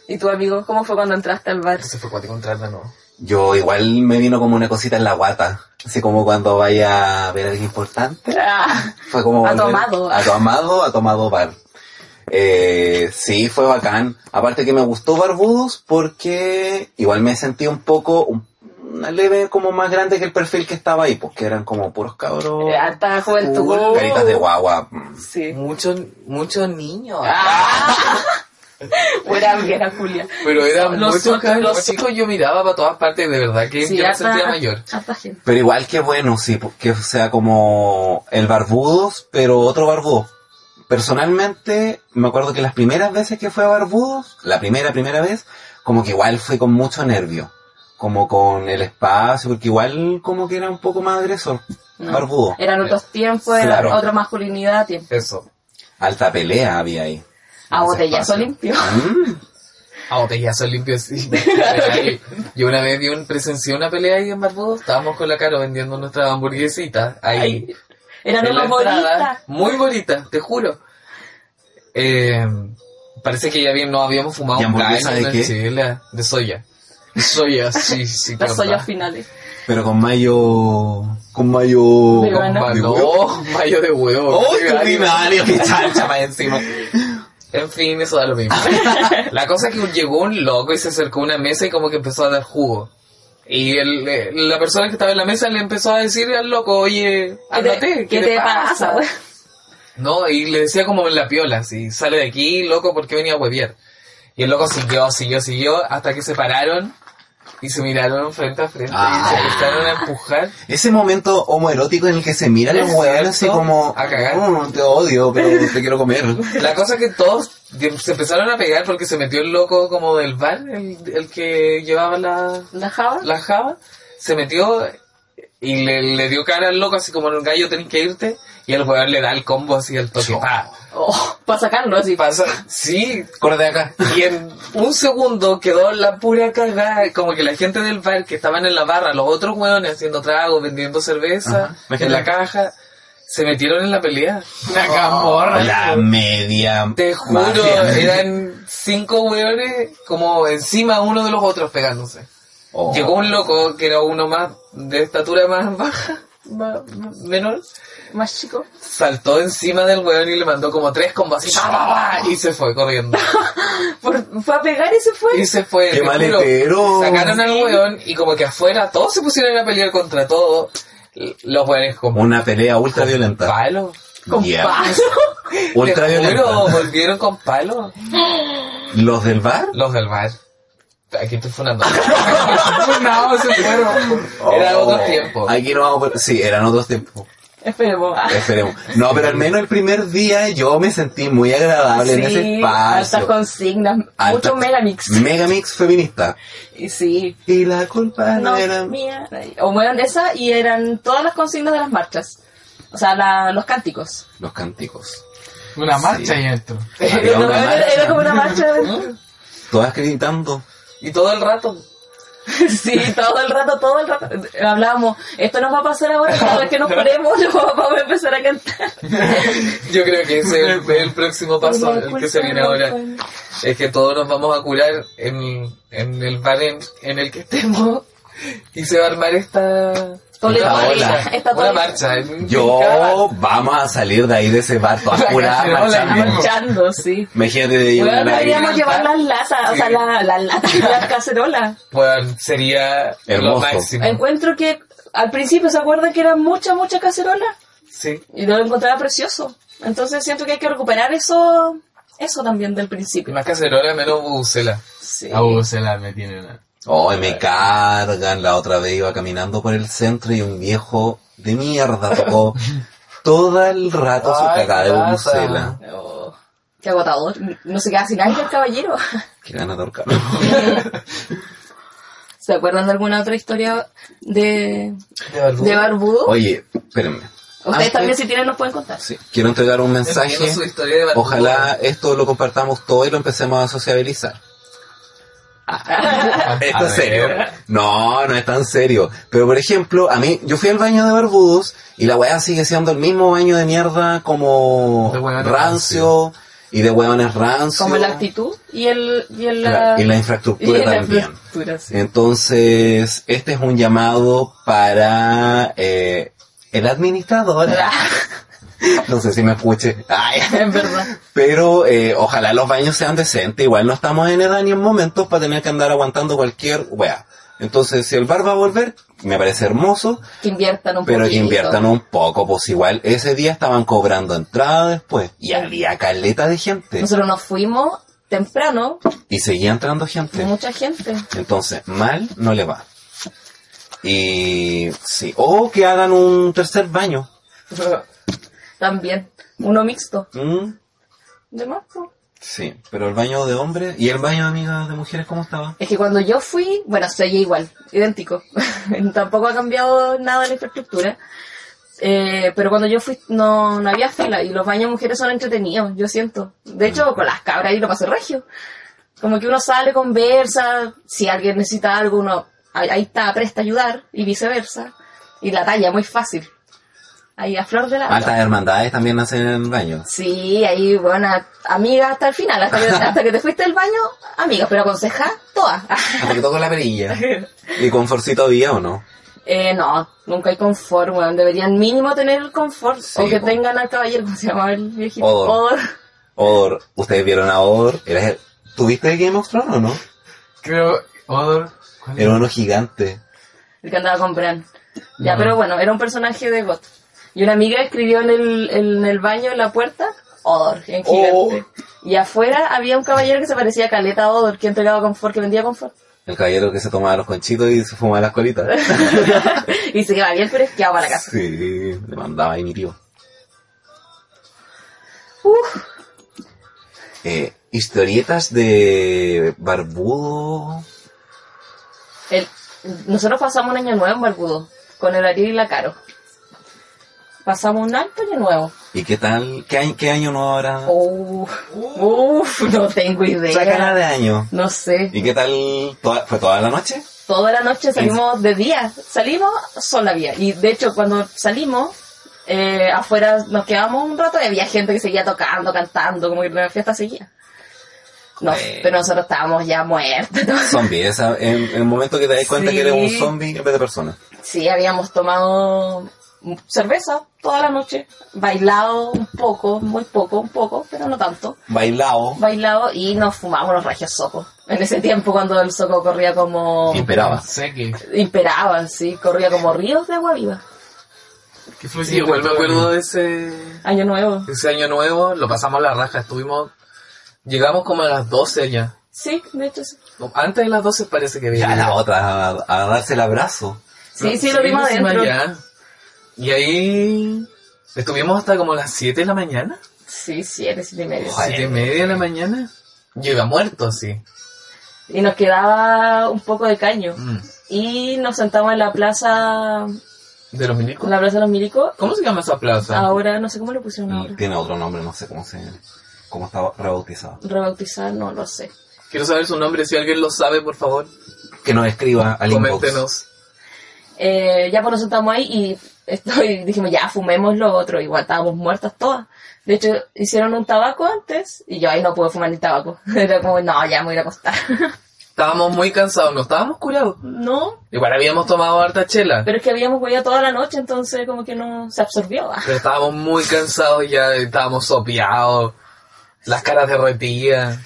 ¿Y tu amigo, cómo fue cuando entraste al bar?
Entonces fue cuático entrar de nuevo.
Yo igual me vino como una cosita en la guata. Así como cuando vaya a ver a alguien importante.
Ah,
Fue como...
A tu
volver
amado.
A tu amado, a tu amado bar. Eh, sí, fue bacán. Aparte que me gustó Barbudos porque igual me sentí un poco... un- una leve como más grande que el perfil que estaba ahí, pues que eran como puros cabros.
Eh, harta juventud.
cool, Caritas de guagua. mm.
Sí.
Muchos muchos niños.
Ah, Fuera era Julia.
Pero eran
Los
muchos
otros-
cabros
los-
chicos, yo miraba para todas partes, de verdad que yo me
harta-
sentía mayor.
harta gente.
Pero igual que bueno, sí, que sea como el Barbudos, pero otro Barbudos. Personalmente, me acuerdo que las primeras veces que fue a Barbudos, la primera, primera vez, como que igual fue con mucho nervio. Como con el espacio, porque igual como que era un poco más agresor.
No. Eh.
Barbudo.
Eran otros tiempos,
Claro.
era otra masculinidad. tiempo.
Eso.
Alta pelea había ahí.
A
Ese
botellazo
espacio.
limpio.
Mm.
A botellazo limpio, sí. Real. yo una vez vi un, presencié una pelea ahí en Barbudo, estábamos con la Caro vendiendo nuestras hamburguesitas ahí.
Ay, Eran
en la
unos
entrada.
bolitas.
Muy bonita, te juro. Eh, parece que ya bien, no habíamos fumado
¿Y
un
hamburguesa
gallo
de
en
qué?
Chile, de soya. Soya, sí, sí.
Las
qué onda.
ollas finales.
Pero con mayo... Con mayo...
Con
Vegana.
ma-
de huevo.
no, mayo de huevo.
¡Oh,
Qué
tu
gallo.
primario! ¡Qué chancha para encima!
En fin, eso da lo mismo. La cosa es que llegó un loco y se acercó a una mesa y como que empezó a dar jugo. Y el, eh, la persona que estaba en la mesa le empezó a decir al loco, oye,
¿Qué te,
ándate,
qué te pasa? güey?
No, y le decía como en la piola, así, sale de aquí, loco, ¿por qué venía a hueviar? Y el loco siguió, siguió, siguió, hasta que se pararon y se miraron frente a frente y se
Ah.
empezaron a empujar.
Ese momento homoerótico en el que se miran los
Exacto.
huevones así como...
A cagar.
"Oh, te odio, pero te quiero comer.
La cosa es que todos se empezaron a pegar porque se metió el loco como del bar, el, el que llevaba la,
¿La java?
la java, se metió y le, le dio cara al loco así como en un gallo tenés que irte y el jugador le da el combo así al toque.
Chao.
pa.
Oh, para sacarlo así.
Y pasa, sí,
Corre de acá.
y en un segundo quedó la pura cagada, como que la gente del bar que estaban en la barra, los otros hueones haciendo tragos, vendiendo cerveza
Ajá. Imagínate.
en la caja, Se metieron en la pelea.
Una camorra.
La media.
Te juro,
mafia.
eran cinco hueones como encima uno de los otros pegándose.
Oh.
Llegó un loco que era uno más de estatura más baja, más- menor,
Más chico.
saltó encima del hueón y le mandó como tres combos así, ¡pa, pa, pa! y se fue corriendo.
Por- fue a pegar y se fue.
Y se fue.
Qué
te juro.
maletero.
Sacaron al hueón y como que afuera todos se pusieron a pelear contra todo. Los hueones como...
Una pelea ultra violenta.
Palo.
Con
Ya.
palo.
Ultra
Te juro,
violenta.
volvieron con palo.
¿Los del bar?
Los del bar. Aquí estoy funando. no, se fueron. Era
Oh.
otro tiempo.
Aquí no vamos a poner- Sí, eran otros tiempos.
Esperemos. Ah,
Esperemos. No, pero al menos el primer día yo me sentí muy agradable en ese
sí, altas
espacio.
consignas.
Alta-
Mucho megamix.
Megamix feminista.
Y sí.
Y la culpa no,
No,
era...
mía. Ah, O eran de esas y eran todas las consignas de las marchas. O sea, la- los cánticos.
Los cánticos.
Una marcha
Sí.
y esto.
Había una
era,
marcha.
era como una marcha.
¿Mm?
Todas gritando.
Y todo el rato.
Sí, todo el rato, todo el rato. Hablábamos, esto nos va a pasar ahora, cada vez que nos curemos, nos vamos a empezar a cantar.
Yo creo que ese es el, el próximo paso, el que se viene ahora. Es que todos nos vamos a curar en, en el bar en, en el que estemos. Y se va a armar esta...
Toledo,
una
ola.
ola,
Esta
una
ola.
marcha.
Yo vamos a salir de ahí de ese bar todas
La
curadas
cacerola,
marchando.
¿no?
Marchando, sí.
Imagínate de
Bueno,
llegar ahí.
deberíamos llevar las lazas, o sea, la- las latas y las cacerolas.
Bueno, sería
Hermoso.
lo máximo.
Encuentro que al principio, ¿se acuerdan que eran muchas, muchas cacerolas?
Sí.
Y yo lo encontraba precioso. Entonces siento que hay que recuperar eso, eso también del principio.
Más cacerola, menos bucela.
Sí.
A vos se la metieron. a-
Ay, me cargan. La otra vez iba caminando por el centro y un viejo de mierda tocó todo el rato su
Ay,
cagada de
pasa.
bucela.
Oh, qué agotador. No se queda sin aire el caballero.
Qué ganas de ahorcarlo.
¿Se acuerdan de alguna otra historia de,
De barbudo.
de barbudo?
Oye, espérenme.
Ustedes
antes-
también si tienen nos pueden contar.
Sí, quiero entregar un mensaje.
Entiendo su historia de barbudo.
Ojalá esto lo compartamos todo y lo empecemos a sociabilizar. ¿Esto
A
es
ver.
serio? No, no es tan serio. Pero por ejemplo, a mí, yo fui al baño de Barbudos y la weá sigue siendo el mismo baño de mierda como
De hueones
rancio y de hueones rancio.
Como la actitud y el... Y el
Claro, y la infraestructura
y la
también.
infraestructura, sí.
Entonces, este es un llamado para eh, el administrador. No sé si me escuche. Ay.
Es verdad.
Pero eh, ojalá los baños sean decentes. Igual no estamos en edad ni en momentos para tener que andar aguantando cualquier wea. Entonces, si el bar va a volver, me parece hermoso,
Que inviertan un poco.
pero que inviertan un poco, pues igual ese día estaban cobrando entrada después y había caleta de gente
Nosotros nos fuimos temprano,
y seguía entrando gente.
mucha gente.
Entonces, mal no le va. Y sí, o que hagan un tercer baño.
También. Uno mixto.
Mm,
De marzo.
Sí, pero el baño de hombres y el baño de amigas de mujeres, ¿cómo estaba?
Es que cuando yo fui, bueno, seguía igual, idéntico. Tampoco ha cambiado nada la infraestructura. Eh, pero cuando yo fui, no, no había fila y los baños de mujeres son entretenidos, yo siento. De hecho, con las cabras ahí lo pasé regio. Como que uno sale, conversa, si alguien necesita algo, uno ahí- ahí está, presta a ayudar y viceversa. Y la talla, muy fácil. Ahí a flor de la.
Altas hermandades también hacen en baños.
Sí, ahí, bueno, amiga hasta el final, hasta que, hasta que te fuiste del baño, amiga, pero aconseja todas.
Hasta que toco la perilla. ¿Y con forcito había o no?
Eh, no, nunca hay confort, weón. Deberían mínimo tener el confort.
Sí,
o que
po.
tengan al caballero, ¿cómo se llama el viejito?
Odor.
Odor.
Or, ustedes vieron a Or. Era el- ¿Tuviste Game of Thrones o no?
Creo... Odor... ¿cuál
Era uno gigante.
El que andaba con Bran. Ya, pero bueno, era un personaje de GOT. Y una amiga escribió en el, en el baño, en la puerta, Odor, en
Oh.
gigante. Y afuera había un caballero que se parecía a Caleta a Odor, que entregaba confort, que vendía confort.
El caballero que se tomaba los conchitos y se fumaba las colitas.
y se quedaba bien fresqueado para la casa.
Sí, le mandaba ahí mi tío.
Uf,
Eh, historietas de barbudo.
el- nosotros pasamos un año nuevo en Barbudo, con el Ariel y la Caro. Pasamos un alto año nuevo.
¿Y qué tal? ¿Qué año, qué año no habrá?
Oh, uf, no tengo
Sácala
idea.
de año.
No sé.
¿Y qué tal? Toda- ¿Fue toda la noche?
Toda la noche salimos de día. Salimos sola vía. Y de hecho, cuando salimos, eh, afuera nos quedamos un rato y había gente que seguía tocando, cantando, como que la fiesta seguía. No,
Bueno.
pero nosotros estábamos ya muertos. ¿no?
Zombie, esa, en, en el momento que te das cuenta
Sí.
que eres un zombie en vez de persona.
Sí, habíamos tomado cerveza toda la noche, bailado un poco, muy poco, un poco, pero no tanto.
Bailao,
Bailado y nos fumamos los rayos socos. En ese tiempo cuando el soco corría como...
imperaba.
Sé que.
Imperaba, sí, corría como ríos de agua viva.
que
Pues Sí, igual me acuerdo de ese,
Año nuevo.
ese año nuevo, lo pasamos a la raja, estuvimos, llegamos como a las 12 ya.
Sí, de hecho sí.
No, Antes de las 12 parece que
Ya
había
la
llegado.
otra, a, a darse el abrazo.
Sí,
No,
sí, lo vimos
encima
adentro.
ya. Y ahí estuvimos hasta como las 7 de la mañana,
Sí, siete, siete y medio.
7 y media de la mañana. Llega muerto, sí.
Y nos quedaba un poco de caño.
Mm.
Y nos sentamos en la plaza,
De los milicos.
en la plaza de los milicos.
¿Cómo se llama esa plaza?
Ahora, no sé cómo le pusieron ahora.
Tiene otro nombre, no sé cómo se cómo está rebautizado.
Rebautizar, no lo sé.
Quiero saber su nombre, si alguien lo sabe, por favor,
Que nos escriba al inbox.
coméntenos.
Eh, ya pues nos sentamos ahí y estoy, dijimos, ya fumemos lo otro. Igual estábamos muertas todas. De hecho, hicieron un tabaco antes y yo ahí no pude fumar ni tabaco. Era como, no, ya me voy a ir a acostar.
Estábamos muy cansados, no estábamos curados.
no,
Igual habíamos tomado harta chela,
pero es que habíamos huido toda la noche, entonces como que no se absorbió. ah.
pero estábamos muy cansados y ya estábamos sopeados, las caras derretidas.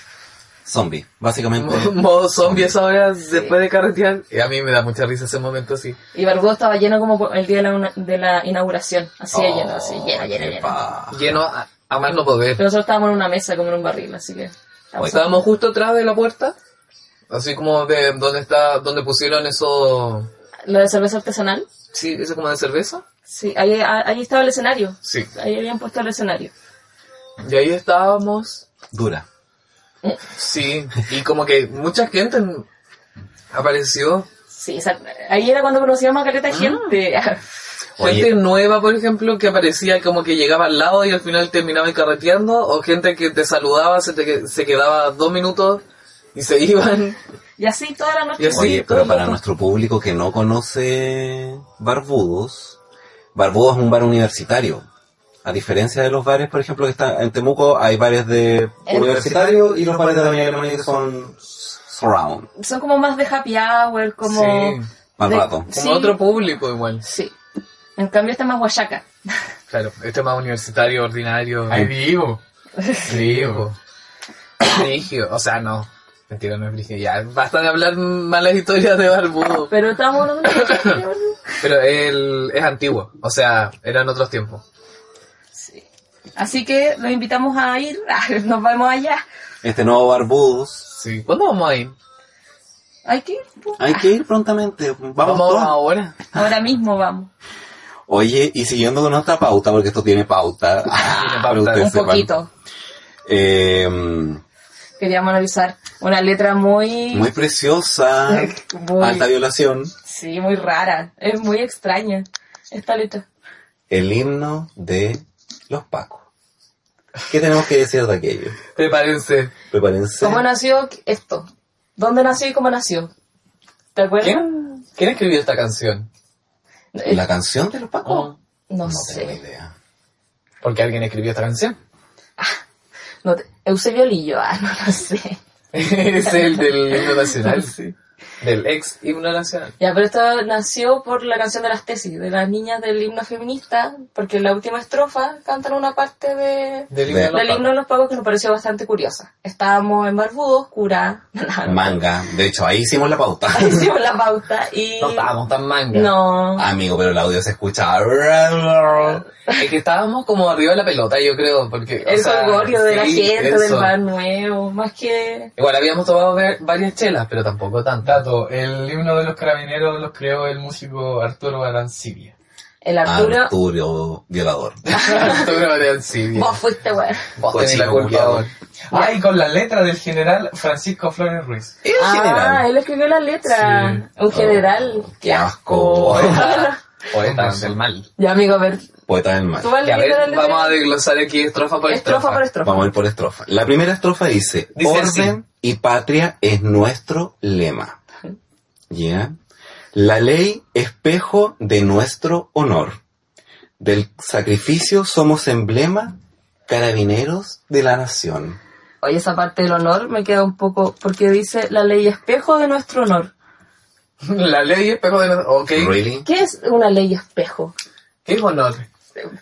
Zombie, básicamente.
Mo- Modo zombie esa hora después de carretear. Y a mí me da mucha risa ese momento así.
Y Barbudo estaba lleno como por- el día de la, una- de la inauguración. Así de lleno, así, lleno,
Oh,
lleno,
qué
lleno.
paja.
Lleno a, a más no poder.
Pero nosotros estábamos en una mesa como en un barril, así que...
Estábamos justo atrás de la puerta. Así como de donde está, donde pusieron eso,
Lo de cerveza artesanal,
sí, eso como de cerveza.
sí, ahí, ahí estaba el escenario.
Sí.
Ahí habían puesto el escenario.
Y ahí estábamos
Dura.
Sí, y como que mucha gente apareció.
Sí, esa- ahí era cuando conocíamos a Caleta
Ah.
de Gente.
Oye.
Gente nueva, por ejemplo, que aparecía y como que llegaba al lado y al final terminaban carreteando, o gente que te saludaba, se, te que- se quedaba dos minutos y se iban.
y así toda la noche.
Y así.
Oye,
todo
pero
el
para
rato.
nuestro público que no conoce Barbudos, Barbudos es un bar universitario. A diferencia de los bares, por ejemplo, que están en Temuco, hay bares de
El-
universitario y los bares de la Avenida Alemania que son surround.
Son como más de happy hour, como...
Sí,
Más
de-
rato.
como
sí,
otro público igual.
Sí. En cambio está más guayaca.
Claro, este más universitario, ordinario,
Ahí vivo.
rico, frigio. O sea, no, mentira, no es frigio. Ya, basta de hablar malas historias de barbudo.
Pero estábamos en una noche.
Pero él es antiguo, o sea, eran otros tiempos.
Sí. Así que los invitamos a ir. Nos vamos allá.
Este nuevo Barbudos,
Sí. ¿Cuándo vamos a ir?
Hay que ir. po.
hay que ir prontamente. Vamos, todos.
ahora.
Ahora mismo vamos.
Oye, y siguiendo con nuestra pauta, porque esto tiene pauta.
pauta.
para que ustedes
Un
sepan.
poquito.
Eh, muy
Queríamos analizar una letra muy...
preciosa.
muy-
Alta violación.
Sí, muy rara. Es muy extraña esta letra.
el himno de los Pacos. ¿Qué tenemos que decir de aquello?
Prepárense.
Prepárense.
¿Cómo nació esto? ¿Dónde nació y cómo nació? ¿Te acuerdas?
¿Quién, quién escribió esta canción?
Eh,
¿La canción de los
Ah.
Pacos?
no,
tengo
sé.
idea.
Porque alguien escribió esta canción.
No te- Eusebio Lillo, ah, no lo sé.
es el del himno nacional. Del ex himno nacional.
Ya, pero esto nació por la canción de las tesis, de las niñas del himno feminista, porque en la última estrofa cantan una parte de,
Del
De-
himno de
del
los
himno de los pagos que nos pareció bastante curiosa. Estábamos en Barbudos, cura,
Manga. De hecho, ahí hicimos la pauta.
hicimos la pauta y...
No estábamos tan manga.
Eh, No.
Amigo, pero el audio se escucha.
Es que estábamos como arriba de la pelota, yo creo. Porque, o
el
sea,
colgorio de la
sí,
gente, del
eso.
bar nuevo, más que...
Igual habíamos tomado ver- varias chelas, pero tampoco tantas.
Dato, el himno de los carabineros los creó el músico Arturo Balancibia.
El Arturo...
Arturo Violador.
Arturo Arancibia.
Vos fuiste, Oh, este weón.
Vos tenés la
Cochino
culpa,
culiao.
vos.
Ah, y con la letra del general Francisco Flores Ruiz.
En
Ah,
general.
él escribió la letra. Un general.
Qué asco.
Poeta del mal.
Ya, amigo, a ver.
Poeta del
Tú
mal.
vas
Y a
leyendo la
ver,
letra.
vamos a desglosar aquí estrofa por
estrofa por estrofa.
Vamos a ir por estrofa. La primera estrofa dice,
Dice
orden
así.
y patria es nuestro lema. ¿Ya? La ley espejo de nuestro honor. Del sacrificio somos emblema, carabineros de la nación.
Oye, esa parte del honor me queda un poco, porque dice la ley espejo de nuestro honor.
La ley espejo de la... Ok.
Really?
¿Qué es una ley espejo?
¿Qué es honor?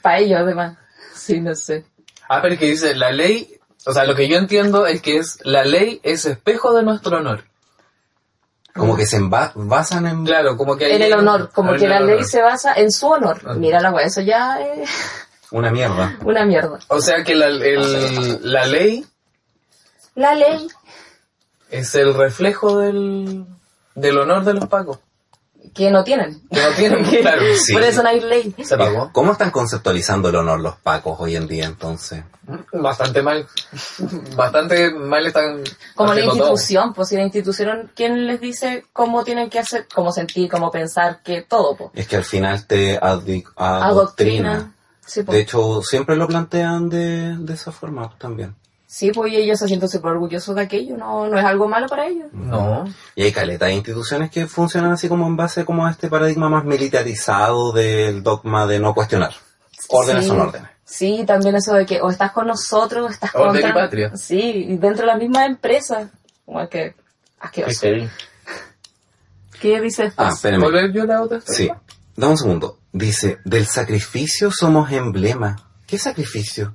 Para ellos, además. Sí, no sé.
Ah, pero que dice la ley... O sea, lo que yo entiendo es que es la ley es espejo de nuestro honor.
Como que se emba- basan en...
Claro, como que... ahí-
En el honor, como
en
que
el
la
honor.
ley se basa en su honor. Mira la wea, eso ya es
Una mierda.
una mierda.
O sea que la, el- la ley
La ley,
es el reflejo del, del honor de los pacos.
que no tienen.
Que no tienen, claro.
Sí.
Por eso no hay ley.
Se pagó.
¿Cómo están conceptualizando el honor los pacos hoy en día entonces?
Bastante mal. Bastante mal están...
Como la
haciendo todo.
institución, pues si la institución, ¿quién les dice cómo tienen que hacer, cómo sentir, cómo pensar, que todo, pues?
Es que al final te addi- adoctrina.
Adoctrina. Sí,
De
pues.
hecho, siempre lo plantean de, de esa forma también.
Sí, pues y ellos se sienten súper orgullosos de aquello, no, no es algo malo para ellos.
No.
Y hay caleta de instituciones que funcionan así como en base como a este paradigma más militarizado del dogma de no cuestionar. Órdenes
Sí.
son órdenes.
Sí, también eso de que o estás con nosotros o estás
Orden y
contra...
patria.
Sí, y dentro de las mismas empresas. Como que asqueroso. ¿Qué dice
Ah,
después?
espérame.
¿Volver yo la otra?
Sí. Dame un segundo. Dice, del sacrificio somos emblema. ¿Qué sacrificio?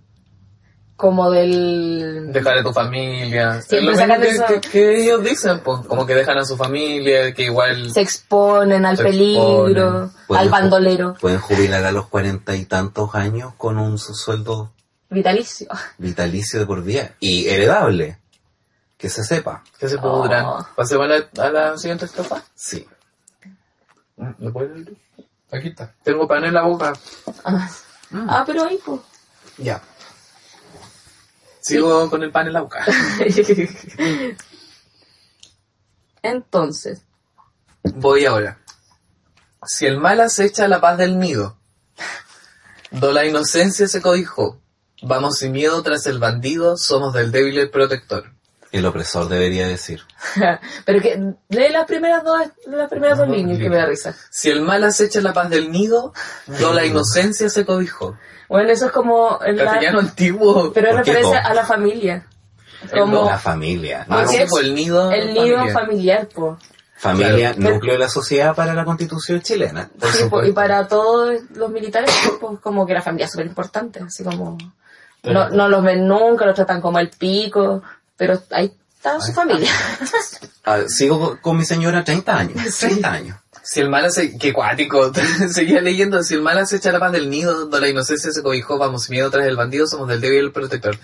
Como del...
Dejar a tu familia.
Siempre
Es lo
sacan
mismo que,
eso.
que- que ellos dicen, po. como que dejan a su familia, que igual...
Se exponen al
Se
peligro,
exponen.
al
ju-
bandolero.
Pueden jubilar a los cuarenta y tantos años con un su- sueldo
Vitalicio.
vitalicio de por vida y heredable. Que se sepa.
Que se pudran.
Oh.
Pasemos a la, a la siguiente estrofa.
Sí.
¿Lo puedes abrir?
Aquí está.
Tengo pan en la boca.
Ah, Ah, pero ahí, pues.
Ya. Sigo con el pan en la boca.
Entonces,
Voy ahora. Si el mal acecha la paz del nido, do la inocencia se codijó. Vamos sin miedo tras el bandido, somos del débil el protector.
El opresor debería decir.
pero que lee las primeras dos, las primeras dos líneas que me da risa.
Si el mal acecha la paz del nido, do la inocencia se codijó.
Bueno, eso es como en la-
Castellano antiguo.
pero es
¿Por qué
referencia
no?
a la familia.
El
Como
La familia.
Ah,
¿Por
sí,
qué?
pues el nido.
el nido
familiar.
familiar, po.
Familia,
Claro.
núcleo de la sociedad para la constitución chilena.
Por
Sí, po,
supuesto.
y para todos los militares, pues, como que la familia es súper importante, así como... No, no los ven nunca, los tratan como el pico, pero ahí está su familia.
Ah, sigo con- con mi señora 30 años. 30 años.
Si el mal hace... ¡Qué cuático! Seguía leyendo. Si el mal acecha la paz del nido, donde la inocencia se cobijó, vamos sin miedo tras el bandido, somos del débil el protector.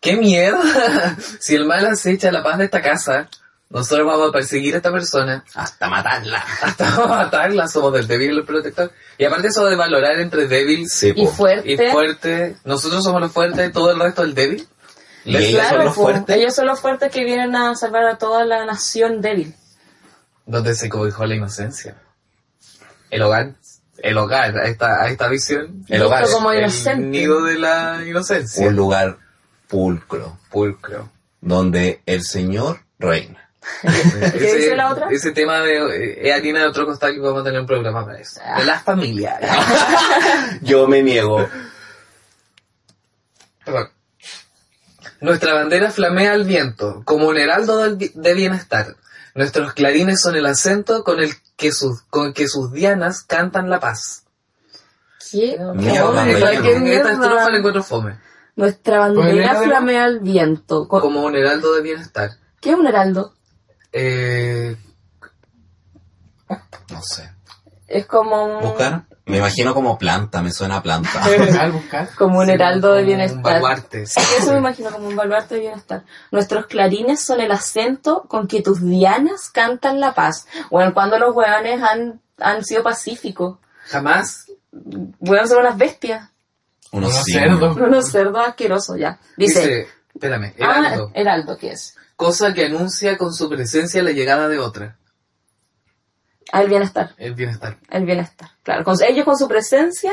¡Qué mierda! si el mal acecha la paz de esta casa, nosotros vamos a perseguir a esta persona
Hasta matarla.
hasta matarla, somos del débil el protector. Y aparte eso de valorar entre débil
Sí,
y
po.
fuerte.
y fuerte, nosotros somos los fuertes, todo el resto el débil.
Y ellos
Claro,
son los
po,
fuertes.
ellos son los fuertes que vienen a salvar a toda la nación débil.
donde se cobijó la inocencia. El hogar, el hogar, a esta, a esta visión.
El hogar.
Esto como
el
inocente.
nido de la inocencia.
Un lugar pulcro,
Pulcro.
donde el señor reina.
¿Qué dice la otra?
Ese tema de eh, harina de otro costal que vamos a tener un programa para eso. De las familias.
Yo me niego.
Perdón. Nuestra bandera flamea al viento, como un heraldo del bi- de bienestar. Nuestros clarines son el acento con el que sus, con que sus dianas cantan la paz.
¿Qué?
Mierda,
Pobre,
bueno.
¿sabes qué
Esta
mierda?
estrofa la encuentro fome.
Nuestra
Pobre,
bandera
¿no?
flamea al viento. Co-
Como un heraldo de bienestar.
¿Qué es un heraldo?
Eh,
No sé.
Es como un,
Buscar. Me imagino como planta, me suena a planta.
Al buscar.
como un
sí,
heraldo de
como Un
bienestar.
baluarte. sí.
Sí, eso me imagino como un baluarte de bienestar. Nuestros clarines son el acento con que tus dianas cantan la paz. Bueno, cuando los hueones han, han sido pacíficos.
Jamás.
Hueones son unas bestias.
Unos
Unos
signos.
cerdos.
Unos cerdos asquerosos ya.
Dice,
Dice,
espérame,
ah,
heraldo.
heraldo, ¿qué es?
Cosa que anuncia con su presencia la llegada de otra.
Ah, el bienestar.
El bienestar.
El bienestar, claro. Con, ellos con su presencia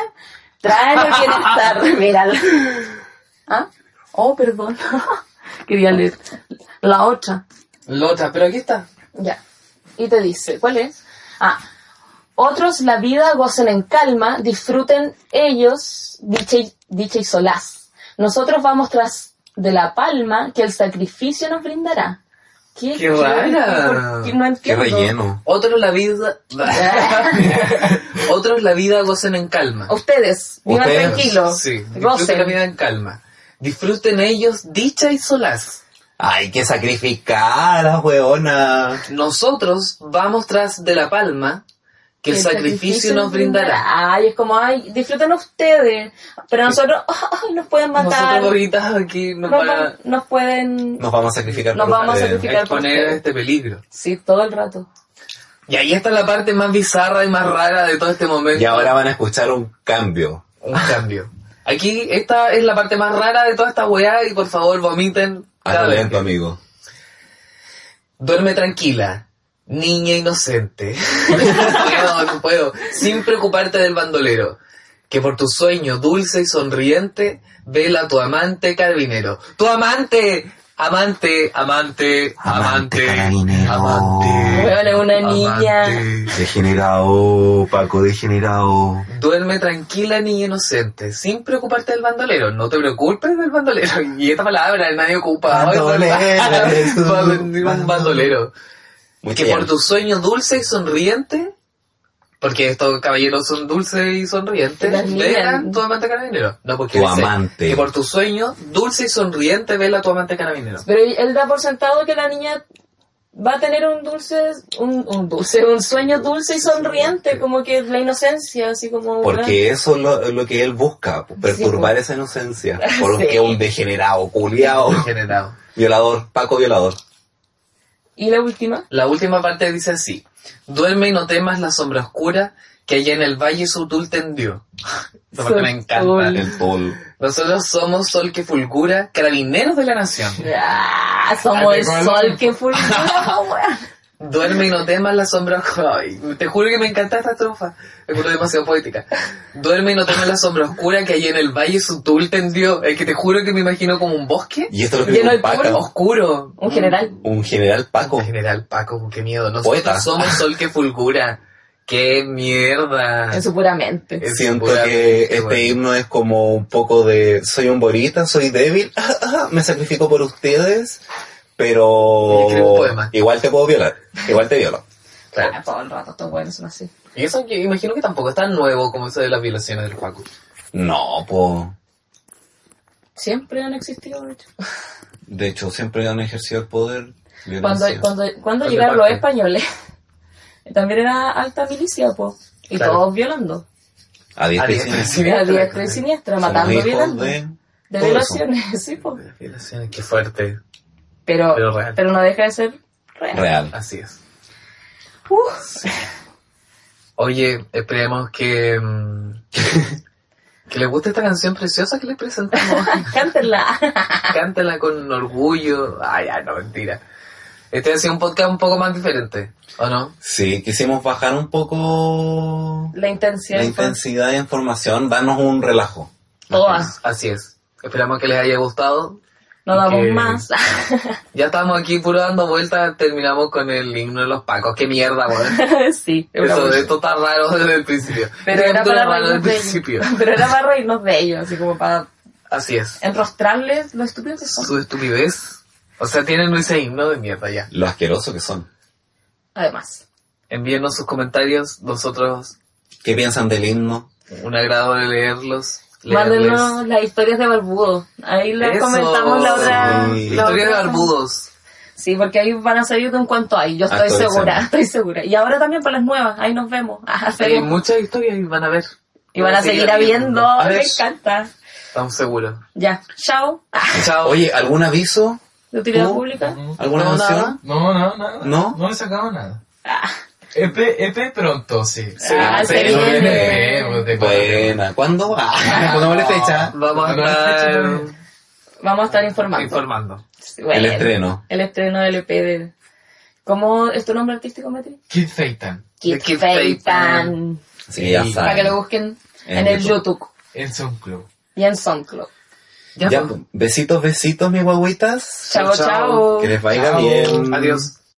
traen el bienestar. Míralo. ¿Ah? Oh, perdón. Quería leer la otra.
La otra, pero aquí está.
Ya. Y te dice, ¿cuál es? Ah, Otros la vida gocen en calma, disfruten ellos dicha y, dicha y solaz. Nosotros vamos tras de la palma que el sacrificio nos brindará. ¿Qué,
¡Qué rara!
qué- no
Qué
entiendo.
relleno.
Otros la vida. Otros la vida gocen en calma.
Ustedes, vivan
Ustedes,
tranquilos.
Sí, disfruten la
gocen.
vida en calma. Disfruten ellos dicha y solaz.
Hay que sacrificar a la hueona.
Nosotros vamos tras de la palma que el, sacrificio nos brindará.
Ay, es como, ay, disfruten ustedes. Pero nosotros, ay, nos pueden matar.
Nosotros ahorita aquí nos
nos,
van
van-
a
nos pueden...
Nos vamos a sacrificar
Nos
por
vamos a
ustedes.
sacrificar. por
exponer
ustedes.
este peligro.
Sí, todo el rato.
Y ahí está la parte más bizarra y más rara de todo este momento.
Y ahora van a escuchar un cambio.
un cambio. Aquí esta es la parte más rara de toda esta weá y por favor vomiten
A
cada
lo
vez
lento,
que-
amigo.
Duerme tranquila, niña inocente. no, no puedo. Sin preocuparte del bandolero. Que por tu sueño dulce y sonriente, vela a tu amante carabinero. ¡Tu amante! Amante, amante, amante,
Amante carabinero.
Weón, es una
amante.
Degenerado, Paco, degenerado.
Duerme tranquila, niña inocente, sin preocuparte del bandolero. No te preocupes del bandolero. Y esta palabra nadie ocupa. Ay,
Bandolero, es un
Va a venir un bandolero.
Muy
Que por tu sueño dulce y sonriente, porque estos caballeros son dulces y
Las
sonrientes,
niñas.
vela tu amante carabinero. No, porque
Tu
dice
amante.
Que por tu sueño dulce y sonriente, vela tu amante carabinero.
Pero él da por sentado que la niña va a tener un dulce, un, un dulce, un sueño dulce y sonriente, como que la inocencia, así como...
Porque eso es lo, es lo que él busca,
pues.
perturbar esa inocencia. Por lo
Sí.
que un degenerado, culiao,
Generado.
violador, Paco violador.
Y la última,
La última parte dice así. Duerme y no temas la sombra oscura que allá en el valle sutil tendió. Esta parte me encanta.
El tol.
Nosotros somos sol que fulgura, carabineros de la nación.
ah, somos el sol que fulgura, weón.
Duerme y no temas la sombra oscura. Ay, te juro que me encanta esta estrofa. Me juro demasiado poética. Duerme y no temas la sombra oscura que allá en el valle sutil tendió. Es que te juro que me imagino como un bosque
Y esto es lo que
lleno
dijo
de
un Paco.
oscuro.
Un general.
Un general Paco.
General Paco, qué miedo. Nosotros
Poeta.
somos sol que fulgura. Qué mierda.
En su pura mente.
Es
Siento
pura-
que este
bueno.
himno es como un poco de soy un borita, soy débil, ah, me sacrifico por ustedes,
Y escribe un
pero
poema.
igual te puedo violar, igual te violo.
Claro.
Ah, todo el rato, estos weones son así.
Y eso que imagino que tampoco es tan nuevo como eso de las violaciones del Paco.
No, po.
Siempre han existido, de hecho.
De hecho, siempre han ejercido el poder.
Cuando,
violencia.
cuando, cuando
Parte
llegaron los
parte.
españoles, también era alta milicia, po. Y
Claro.
todos violando.
A
A
diestra y
diestra y
siniestra.
A
Siniestra,
diestra
claro.
y siniestra,
Somos
matando,
hijos
violando.
de-
De
todo eso.
violaciones, sí, po.
Las violaciones, qué fuerte.
Pero,
Pero real.
pero no deja de ser real.
Real.
Así es.
Uf.
Oye, esperemos que. mm, que les guste esta canción preciosa que les presentamos.
Cántenla.
Cántela con orgullo. Ay, ay, no, mentira. Este ha sido un podcast un poco más diferente, ¿o no?
Sí, quisimos bajar un poco
La intensidad.
la intensidad de información, darnos un relajo.
Todas.
Así es. Esperamos que les haya gustado.
No damos
Que-
más.
Ya estamos aquí puro dando vueltas, terminamos con el himno de los pacos. ¡Qué mierda, weón!
sí.
Eso, esto está raro desde el principio.
Pero
Esto
era
está
para
raro
reírnos
desde
de
el principio.
ellos. Pero era para reírnos de ellos, así como para
Así es.
enrostrarles lo estúpidos que son.
Su estupidez. O sea, tienen ese himno de mierda ya.
Lo asqueroso que son.
Además.
Envíenos sus comentarios. Nosotros,
¿Qué piensan del himno?
Pues, un agrado de leerlos. leerles.
Mándenos las historias de Barbudo. Ahí las
Eso.
comentamos la otra.
Sí.
la
Historias de
otra-
barbudos.
Sí, porque ahí van a salir de un cuanto hay. Yo estoy
Actualizamos.
segura, estoy segura. Y ahora también para las nuevas. Ahí nos vemos. Ajá,
Hay
seguimos.
muchas historias Eh, y van a ver.
Y van a seguir habiendo.
A
Me
ver,
encanta.
estamos seguros.
Ya. Chao. Ah,
Chao.
Oye, ¿algún aviso?
De utilidad
¿Tú?
pública.
¿Alguna
No, nada.
canción?
No, no, nada.
¿No?
No le sacamos nada.
Ah.
EP, EP pronto, sí.
Ah,
sí,
se
sí,
viene.
sí, pues, de
Buena. ¿Cuándo? Ah, ¿Cuándo vale fecha?
Vamos a
No, no, no,
estar
no,
Vamos a estar informando.
informando.
Bueno,
El estreno.
El estreno del EP de... ¿Cómo es tu nombre artístico, Metri?
Kid Feitan.
Kid
Kid
Feitan.
Así que ya
Sí.
Para que lo
saben.
busquen
En
en, el
YouTube.
YouTube.
En Son Club.
y en SoundCloud.
Ya,
Ya,
pues.
besitos, besitos, mis guaguitas.
Chao,
Chao.
chao.
Que les vaya
Chao.
bien.
Adiós.